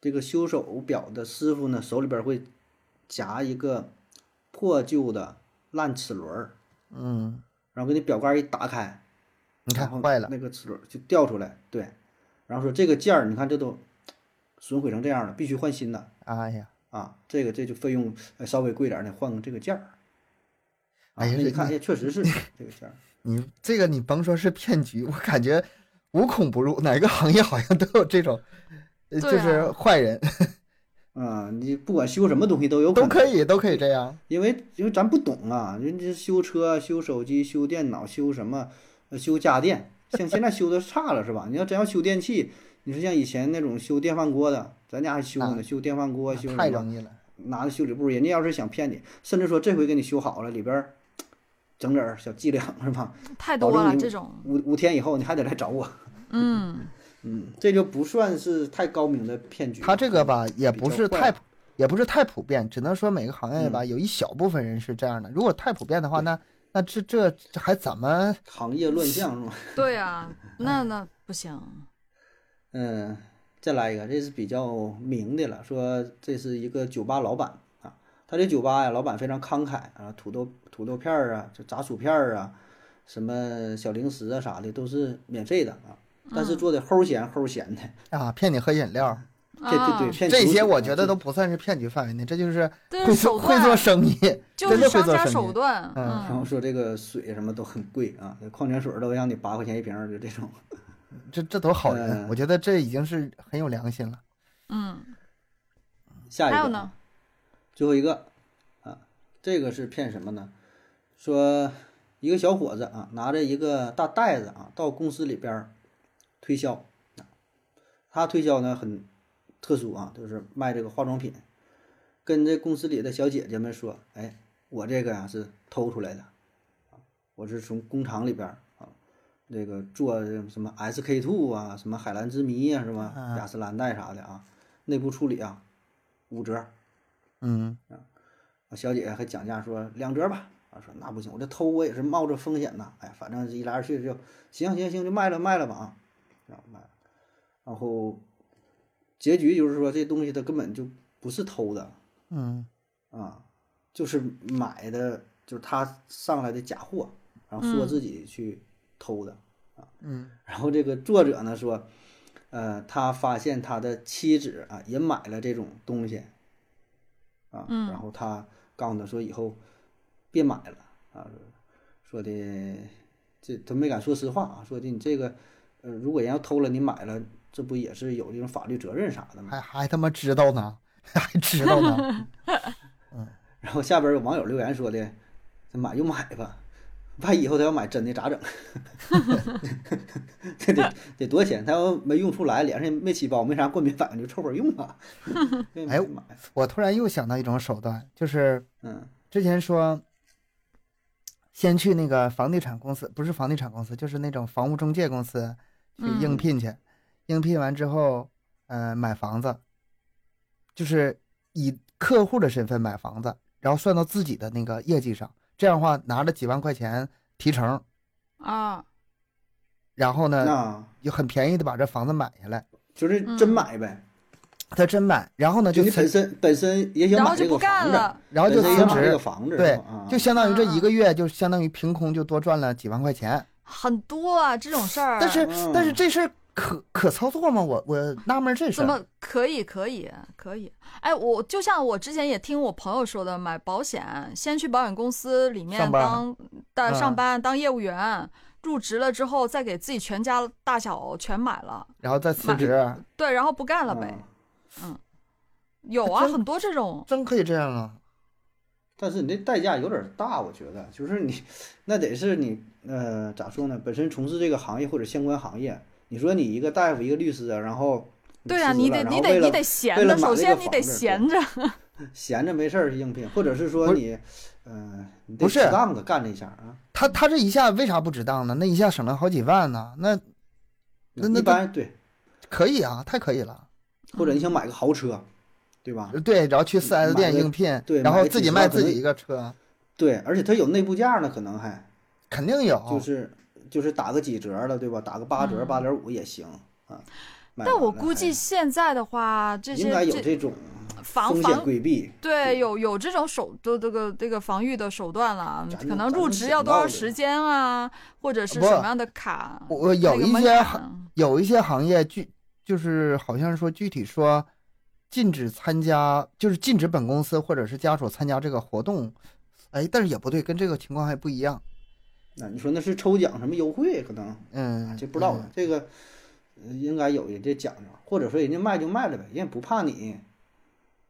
[SPEAKER 1] 这个修手表的师傅呢手里边会夹一个破旧的烂齿轮儿，
[SPEAKER 2] 嗯，
[SPEAKER 1] 然后给你表盖一打开，
[SPEAKER 2] 你看
[SPEAKER 1] 然后
[SPEAKER 2] 坏了，
[SPEAKER 1] 那个齿轮就掉出来，对，然后说这个件儿你看这都损毁成这样了，必须换新的。
[SPEAKER 2] 哎呀，
[SPEAKER 1] 啊，这个这就费用呃稍微贵点儿的，换个这个件儿。啊，
[SPEAKER 2] 哎呀
[SPEAKER 1] 那
[SPEAKER 2] 这
[SPEAKER 1] 一看，哎
[SPEAKER 2] 你
[SPEAKER 1] 呀，确实是这个件儿。
[SPEAKER 2] 你这个你甭说是骗局， 我感觉无孔不入，哪个行业好像都有这种，呃
[SPEAKER 3] 对
[SPEAKER 2] 就是
[SPEAKER 3] 啊
[SPEAKER 2] 坏人。
[SPEAKER 1] 啊、你不管修什么东西都有
[SPEAKER 2] 都
[SPEAKER 1] 能
[SPEAKER 2] 可以，都可以这样。
[SPEAKER 1] 因为因为咱不懂啊，人家修车、修手机、修电脑、修什么，呃修家电，像现在修的差了是吧？你要真要修电器，你说像以前那种修电饭锅的，咱家还修呢，修电饭锅，修什
[SPEAKER 2] 啊太
[SPEAKER 1] 么，
[SPEAKER 2] 容易了，
[SPEAKER 1] 拿着修理布，人家要是想骗你，甚至说这回给你修好了，里边儿整点儿小伎俩是吧？
[SPEAKER 3] 太
[SPEAKER 1] 保
[SPEAKER 3] 多
[SPEAKER 1] 证
[SPEAKER 3] 了
[SPEAKER 1] 你
[SPEAKER 3] 这种，
[SPEAKER 1] 五五天以后你还得来找我，
[SPEAKER 3] 嗯，
[SPEAKER 1] 嗯，这就不算是太高明的骗局。
[SPEAKER 2] 他这个吧也不是
[SPEAKER 1] 比较嗯
[SPEAKER 2] 太
[SPEAKER 1] 怪
[SPEAKER 2] 普，也不是太普遍，只能说每个行业吧有一小部分人是这样的。如果太普遍的话，那那这这这还怎么？
[SPEAKER 1] 行业乱象是吧？
[SPEAKER 3] 对啊，那那不行，
[SPEAKER 1] 嗯，再来一个，这是比较明的了。说这是一个酒吧老板啊，他这酒吧呀，老板非常慷慨啊，土豆土豆片儿啊，就炸薯片儿啊，什么小零食啊啥的都是免费的啊，但是做的齁咸齁咸的，
[SPEAKER 2] 啊，骗你喝饮料，
[SPEAKER 1] 这这对
[SPEAKER 3] 啊
[SPEAKER 1] 骗
[SPEAKER 2] 这
[SPEAKER 1] 酒
[SPEAKER 2] 些
[SPEAKER 1] 水
[SPEAKER 2] 我
[SPEAKER 1] 啊
[SPEAKER 2] 觉
[SPEAKER 1] 这
[SPEAKER 2] 得都不算是骗局范围内，这就是
[SPEAKER 3] 对
[SPEAKER 2] 会
[SPEAKER 3] 啊
[SPEAKER 2] 做
[SPEAKER 3] 手
[SPEAKER 2] 会做
[SPEAKER 3] 段
[SPEAKER 2] 生意，
[SPEAKER 3] 就
[SPEAKER 2] 真的
[SPEAKER 3] 是
[SPEAKER 2] 会
[SPEAKER 3] 商
[SPEAKER 2] 做
[SPEAKER 3] 家
[SPEAKER 2] 生
[SPEAKER 3] 手
[SPEAKER 2] 意。
[SPEAKER 3] 段，
[SPEAKER 2] 嗯
[SPEAKER 1] 然后
[SPEAKER 3] 嗯，
[SPEAKER 1] 说这个水什么都很贵啊，这矿泉水儿都让你八块钱一瓶儿，就这种。
[SPEAKER 2] 这这都好人，
[SPEAKER 1] 嗯
[SPEAKER 2] 我觉得这已经是很有良心了。
[SPEAKER 3] 嗯，
[SPEAKER 1] 下一个
[SPEAKER 3] 还
[SPEAKER 1] 啊
[SPEAKER 3] 有呢，
[SPEAKER 1] 最后一个啊，这个是骗什么呢？说一个小伙子啊，拿着一个大袋子啊，到公司里边儿推销啊。他推销呢很特殊啊，就是卖这个化妆品，跟这公司里的小姐姐们说：“哎，我这个呀、是偷出来的，啊我是从工厂里边儿啊，这个做什么 SK two 啊，什么海蓝之谜呀、啊，什么
[SPEAKER 2] 嗯
[SPEAKER 1] 雅诗兰黛啥的啊，内部处理啊，五折。”
[SPEAKER 2] 嗯，
[SPEAKER 1] 啊，小姐还讲价说两折吧。啊，说那不行，我这偷我也是冒着风险呐。哎，反正一来二去就行行行，就卖了卖了吧啊，然后卖了。然后结局就是说这东西它根本就不是偷的
[SPEAKER 2] 嗯，
[SPEAKER 1] 啊，就是买的，就是他上来的假货，然后说自己去偷的。
[SPEAKER 2] 嗯，
[SPEAKER 1] 然后这个作者呢说，呃，他发现他的妻子啊也买了这种东西，啊，
[SPEAKER 3] 嗯
[SPEAKER 1] 然后他告诉他说以后别买了啊，说的这他没敢说实话啊，说的你这个呃，如果人要偷了你买了，这不也是有这种法律责任啥的吗？
[SPEAKER 2] 嗯还还他妈知道呢， 还知道 呢，
[SPEAKER 1] 然后下边有网友留言说的，买就买吧，万一以后他要买真的咋整？ 这得得多少钱？他要没用出来，脸上也没起包，没啥冠冕反应，就凑合用 吧。哎
[SPEAKER 2] 哎
[SPEAKER 1] 买，
[SPEAKER 2] 我突然又想到一种手段，就是
[SPEAKER 1] 嗯
[SPEAKER 2] 之前说，先去那个房地产公司，不是房地产公司，就是那种房屋中介公司去
[SPEAKER 3] 嗯
[SPEAKER 2] 应聘去，应聘完之后，呃，买房子，就是以客户的身份买房子，然后算到自己的那个业绩上，这样的话拿了几万块钱提成，
[SPEAKER 3] 啊，
[SPEAKER 2] 然后呢，
[SPEAKER 1] 那
[SPEAKER 2] 就很便宜的把这房子买下来。
[SPEAKER 1] 就是
[SPEAKER 3] 嗯
[SPEAKER 1] 真买呗，
[SPEAKER 2] 他真买，然后呢
[SPEAKER 1] 就
[SPEAKER 2] 就
[SPEAKER 1] 你
[SPEAKER 2] 辞
[SPEAKER 1] 本身本身也
[SPEAKER 3] 然
[SPEAKER 1] 想
[SPEAKER 3] 后
[SPEAKER 1] 买
[SPEAKER 3] 就
[SPEAKER 1] 这
[SPEAKER 3] 不
[SPEAKER 1] 个
[SPEAKER 3] 干
[SPEAKER 1] 房子，
[SPEAKER 3] 了，
[SPEAKER 2] 然后就
[SPEAKER 1] 本身也
[SPEAKER 2] 辞
[SPEAKER 1] 想买这
[SPEAKER 2] 职
[SPEAKER 1] 个，房子，
[SPEAKER 2] 对
[SPEAKER 1] 是吧啊，
[SPEAKER 2] 就相当于这一
[SPEAKER 3] 啊
[SPEAKER 2] 个月就相当于凭空就多赚了几万块钱。
[SPEAKER 3] 很多啊这种事儿，
[SPEAKER 2] 但是
[SPEAKER 1] 嗯
[SPEAKER 2] 但是这事儿可可操作吗？我我纳闷这事
[SPEAKER 3] 怎
[SPEAKER 2] 儿。
[SPEAKER 3] 么可以？可以，可以。哎，我就像我之前也听我朋友说的，买保险先去保险公司里面
[SPEAKER 2] 上班
[SPEAKER 3] 当的
[SPEAKER 2] 嗯
[SPEAKER 3] 上班当业务员，入职了之后再给自己全家大小全买了，
[SPEAKER 2] 然后再辞职，啊
[SPEAKER 3] 对，然后不干了呗。
[SPEAKER 1] 嗯
[SPEAKER 3] 有啊，
[SPEAKER 2] 真
[SPEAKER 3] 很多这种，
[SPEAKER 2] 真可以这样啊？
[SPEAKER 1] 但是你这代价有点大，我觉得就是你， 那得是你呃咋说呢？本身从事这个行业或者相关行业，你说你一个大夫一个律师啊，然后
[SPEAKER 3] 对
[SPEAKER 1] 啊，
[SPEAKER 3] 啊，你得
[SPEAKER 1] 然
[SPEAKER 3] 你
[SPEAKER 1] 后
[SPEAKER 3] 得
[SPEAKER 1] 为
[SPEAKER 3] 你
[SPEAKER 1] 了
[SPEAKER 3] 得闲
[SPEAKER 1] 为了
[SPEAKER 3] 着，
[SPEAKER 1] 买
[SPEAKER 3] 首
[SPEAKER 1] 这个
[SPEAKER 3] 先你
[SPEAKER 1] 房
[SPEAKER 3] 得
[SPEAKER 1] 子
[SPEAKER 3] 闲着，
[SPEAKER 1] 闲着没事儿去应聘，或者是说
[SPEAKER 2] 不是
[SPEAKER 1] 你呃你得
[SPEAKER 2] 不是
[SPEAKER 1] 适当的干这一下啊。
[SPEAKER 2] 他他这一下为啥不值当呢？那一下省了好几万呢？那那那
[SPEAKER 1] 一般对，
[SPEAKER 2] 可以啊，太可以了。
[SPEAKER 1] 或者你想买个豪车，对吧？
[SPEAKER 2] 对，然后去四 S 店
[SPEAKER 1] 买个
[SPEAKER 2] 应聘，
[SPEAKER 1] 对
[SPEAKER 2] 然
[SPEAKER 1] 买
[SPEAKER 2] 后
[SPEAKER 1] 个
[SPEAKER 2] 自
[SPEAKER 1] 几
[SPEAKER 2] 己
[SPEAKER 1] 十
[SPEAKER 2] 卖
[SPEAKER 1] 万
[SPEAKER 2] 自
[SPEAKER 1] 可能
[SPEAKER 2] 己一个车，
[SPEAKER 1] 对，而且它有内部价呢，可能还
[SPEAKER 2] 肯定有。
[SPEAKER 1] 就是就是打个几折了，对吧？打个八折、八点五也行啊。买
[SPEAKER 3] 嗯但我
[SPEAKER 1] 完了
[SPEAKER 3] 估计
[SPEAKER 1] 还
[SPEAKER 3] 现在的话，这
[SPEAKER 1] 应
[SPEAKER 3] 些
[SPEAKER 1] 该有
[SPEAKER 3] 这
[SPEAKER 1] 这种
[SPEAKER 3] 防
[SPEAKER 1] 风
[SPEAKER 3] 防
[SPEAKER 1] 险规避。
[SPEAKER 3] 对，
[SPEAKER 1] 对
[SPEAKER 3] 有有这种手的这个这个防御的手段了，
[SPEAKER 1] 咱
[SPEAKER 3] 可
[SPEAKER 1] 能
[SPEAKER 3] 能
[SPEAKER 1] 咱
[SPEAKER 3] 入
[SPEAKER 1] 能
[SPEAKER 3] 职
[SPEAKER 1] 想
[SPEAKER 3] 要多
[SPEAKER 1] 到
[SPEAKER 3] 少
[SPEAKER 1] 的
[SPEAKER 3] 时间啊，或者是
[SPEAKER 2] 不
[SPEAKER 3] 什么样的卡？
[SPEAKER 2] 我我
[SPEAKER 3] 那
[SPEAKER 2] 有
[SPEAKER 3] 个
[SPEAKER 2] 一
[SPEAKER 3] 门
[SPEAKER 2] 些
[SPEAKER 3] 槛
[SPEAKER 2] 行有一些行业具就是好像说具体说禁止参加，就是禁止本公司或者是家属参加这个活动。哎，但是也不对，跟这个情况还不一样。
[SPEAKER 1] 那你说那是抽奖什么优惠？可能
[SPEAKER 2] 嗯，
[SPEAKER 1] 啊这不知道
[SPEAKER 2] 嗯
[SPEAKER 1] 了，这个呃应该有人家讲究，或者说人家卖就卖了呗，人家不怕你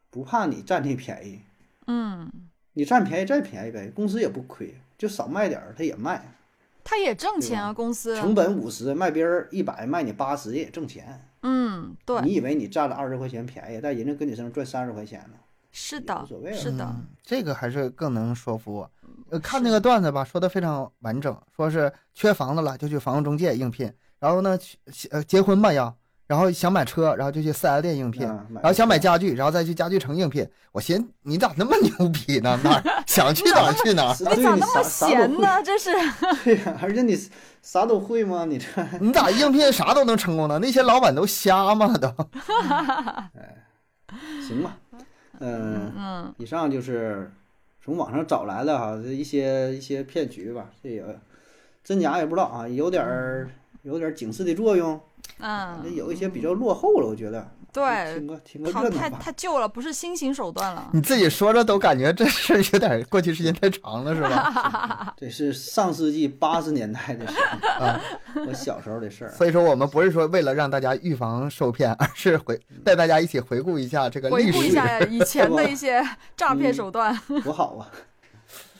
[SPEAKER 1] 不怕你占这便宜，
[SPEAKER 3] 嗯，
[SPEAKER 1] 你占便宜占便宜呗，公司也不亏，就少卖点儿他也卖，
[SPEAKER 3] 他也挣钱啊，公司，
[SPEAKER 1] 成本五十卖别人一百卖你八十也挣钱。
[SPEAKER 3] 嗯，对，
[SPEAKER 1] 你以为你占了二十块钱便宜，但人家跟你身上赚三十块钱呢，
[SPEAKER 3] 是
[SPEAKER 1] 也
[SPEAKER 3] 的
[SPEAKER 1] 无，所谓
[SPEAKER 3] 是
[SPEAKER 1] 了。
[SPEAKER 3] 的，
[SPEAKER 2] 嗯，这个还是更能说服我。
[SPEAKER 1] 嗯
[SPEAKER 2] 呃看那个段子吧，说的非常完整，说是缺房子了就去房屋中介应聘，然后呢，去呃结婚吧要，然后想买车，然后就去四 S 店应聘，
[SPEAKER 1] 啊
[SPEAKER 2] 然后想买家具，然后再去家具城应聘。我寻思你咋那么牛逼呢？那儿 想去
[SPEAKER 1] 啊
[SPEAKER 2] 哪儿去哪儿，
[SPEAKER 1] 是
[SPEAKER 3] 你
[SPEAKER 1] 对
[SPEAKER 3] 哎咋
[SPEAKER 1] 你
[SPEAKER 3] 那
[SPEAKER 1] 啥啥
[SPEAKER 3] 么闲
[SPEAKER 1] 都会，
[SPEAKER 3] 呢？这是，
[SPEAKER 1] 对呀、而且你啥都会吗？你这
[SPEAKER 2] 你咋应聘啥都能成功呢？那些老板都瞎吗？都
[SPEAKER 1] 行吧？嗯，
[SPEAKER 3] 嗯，
[SPEAKER 1] 以上就是从网上找来的哈、这一些一些骗局吧，这也真假也不知道啊，有点儿有点儿警示的作用，反正
[SPEAKER 3] 嗯，
[SPEAKER 1] 有一些比较落后了，我觉得。
[SPEAKER 3] 对
[SPEAKER 1] 听，个听个
[SPEAKER 3] 靠，
[SPEAKER 1] 热闹
[SPEAKER 3] 太
[SPEAKER 1] 吧。
[SPEAKER 3] 太旧了，不是新型手段了。
[SPEAKER 2] 你自己说着都感觉这事儿有点过去时间太长了，是 吧？
[SPEAKER 1] 这是上世纪八十年代的事儿，
[SPEAKER 2] 啊，
[SPEAKER 1] 我小时候的事儿。
[SPEAKER 2] 所以说我们不是说为了让大家预防受骗，而是回带大家一起回顾一下这个
[SPEAKER 3] 回
[SPEAKER 2] 历
[SPEAKER 3] 顾一
[SPEAKER 2] 史。
[SPEAKER 3] 下以前的一些 诈
[SPEAKER 1] 嗯
[SPEAKER 3] 骗 手段。
[SPEAKER 1] 多好啊！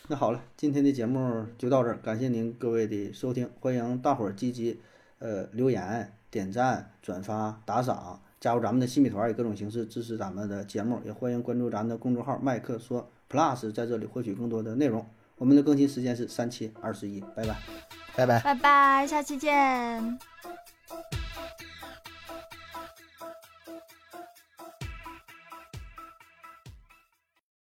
[SPEAKER 1] 那好了，今天的节目就到这儿，感谢您各位的收听，欢迎大伙儿积极呃留言、点赞、转发、打赏，加入咱们的新米团，以各种形式支持咱们的节目，也欢迎关注咱的公众号“麦克说 Plus”，在这里获取更多的内容。我们的更新时间是三七二十一，拜拜。
[SPEAKER 2] 拜拜。
[SPEAKER 3] 拜拜，下期见。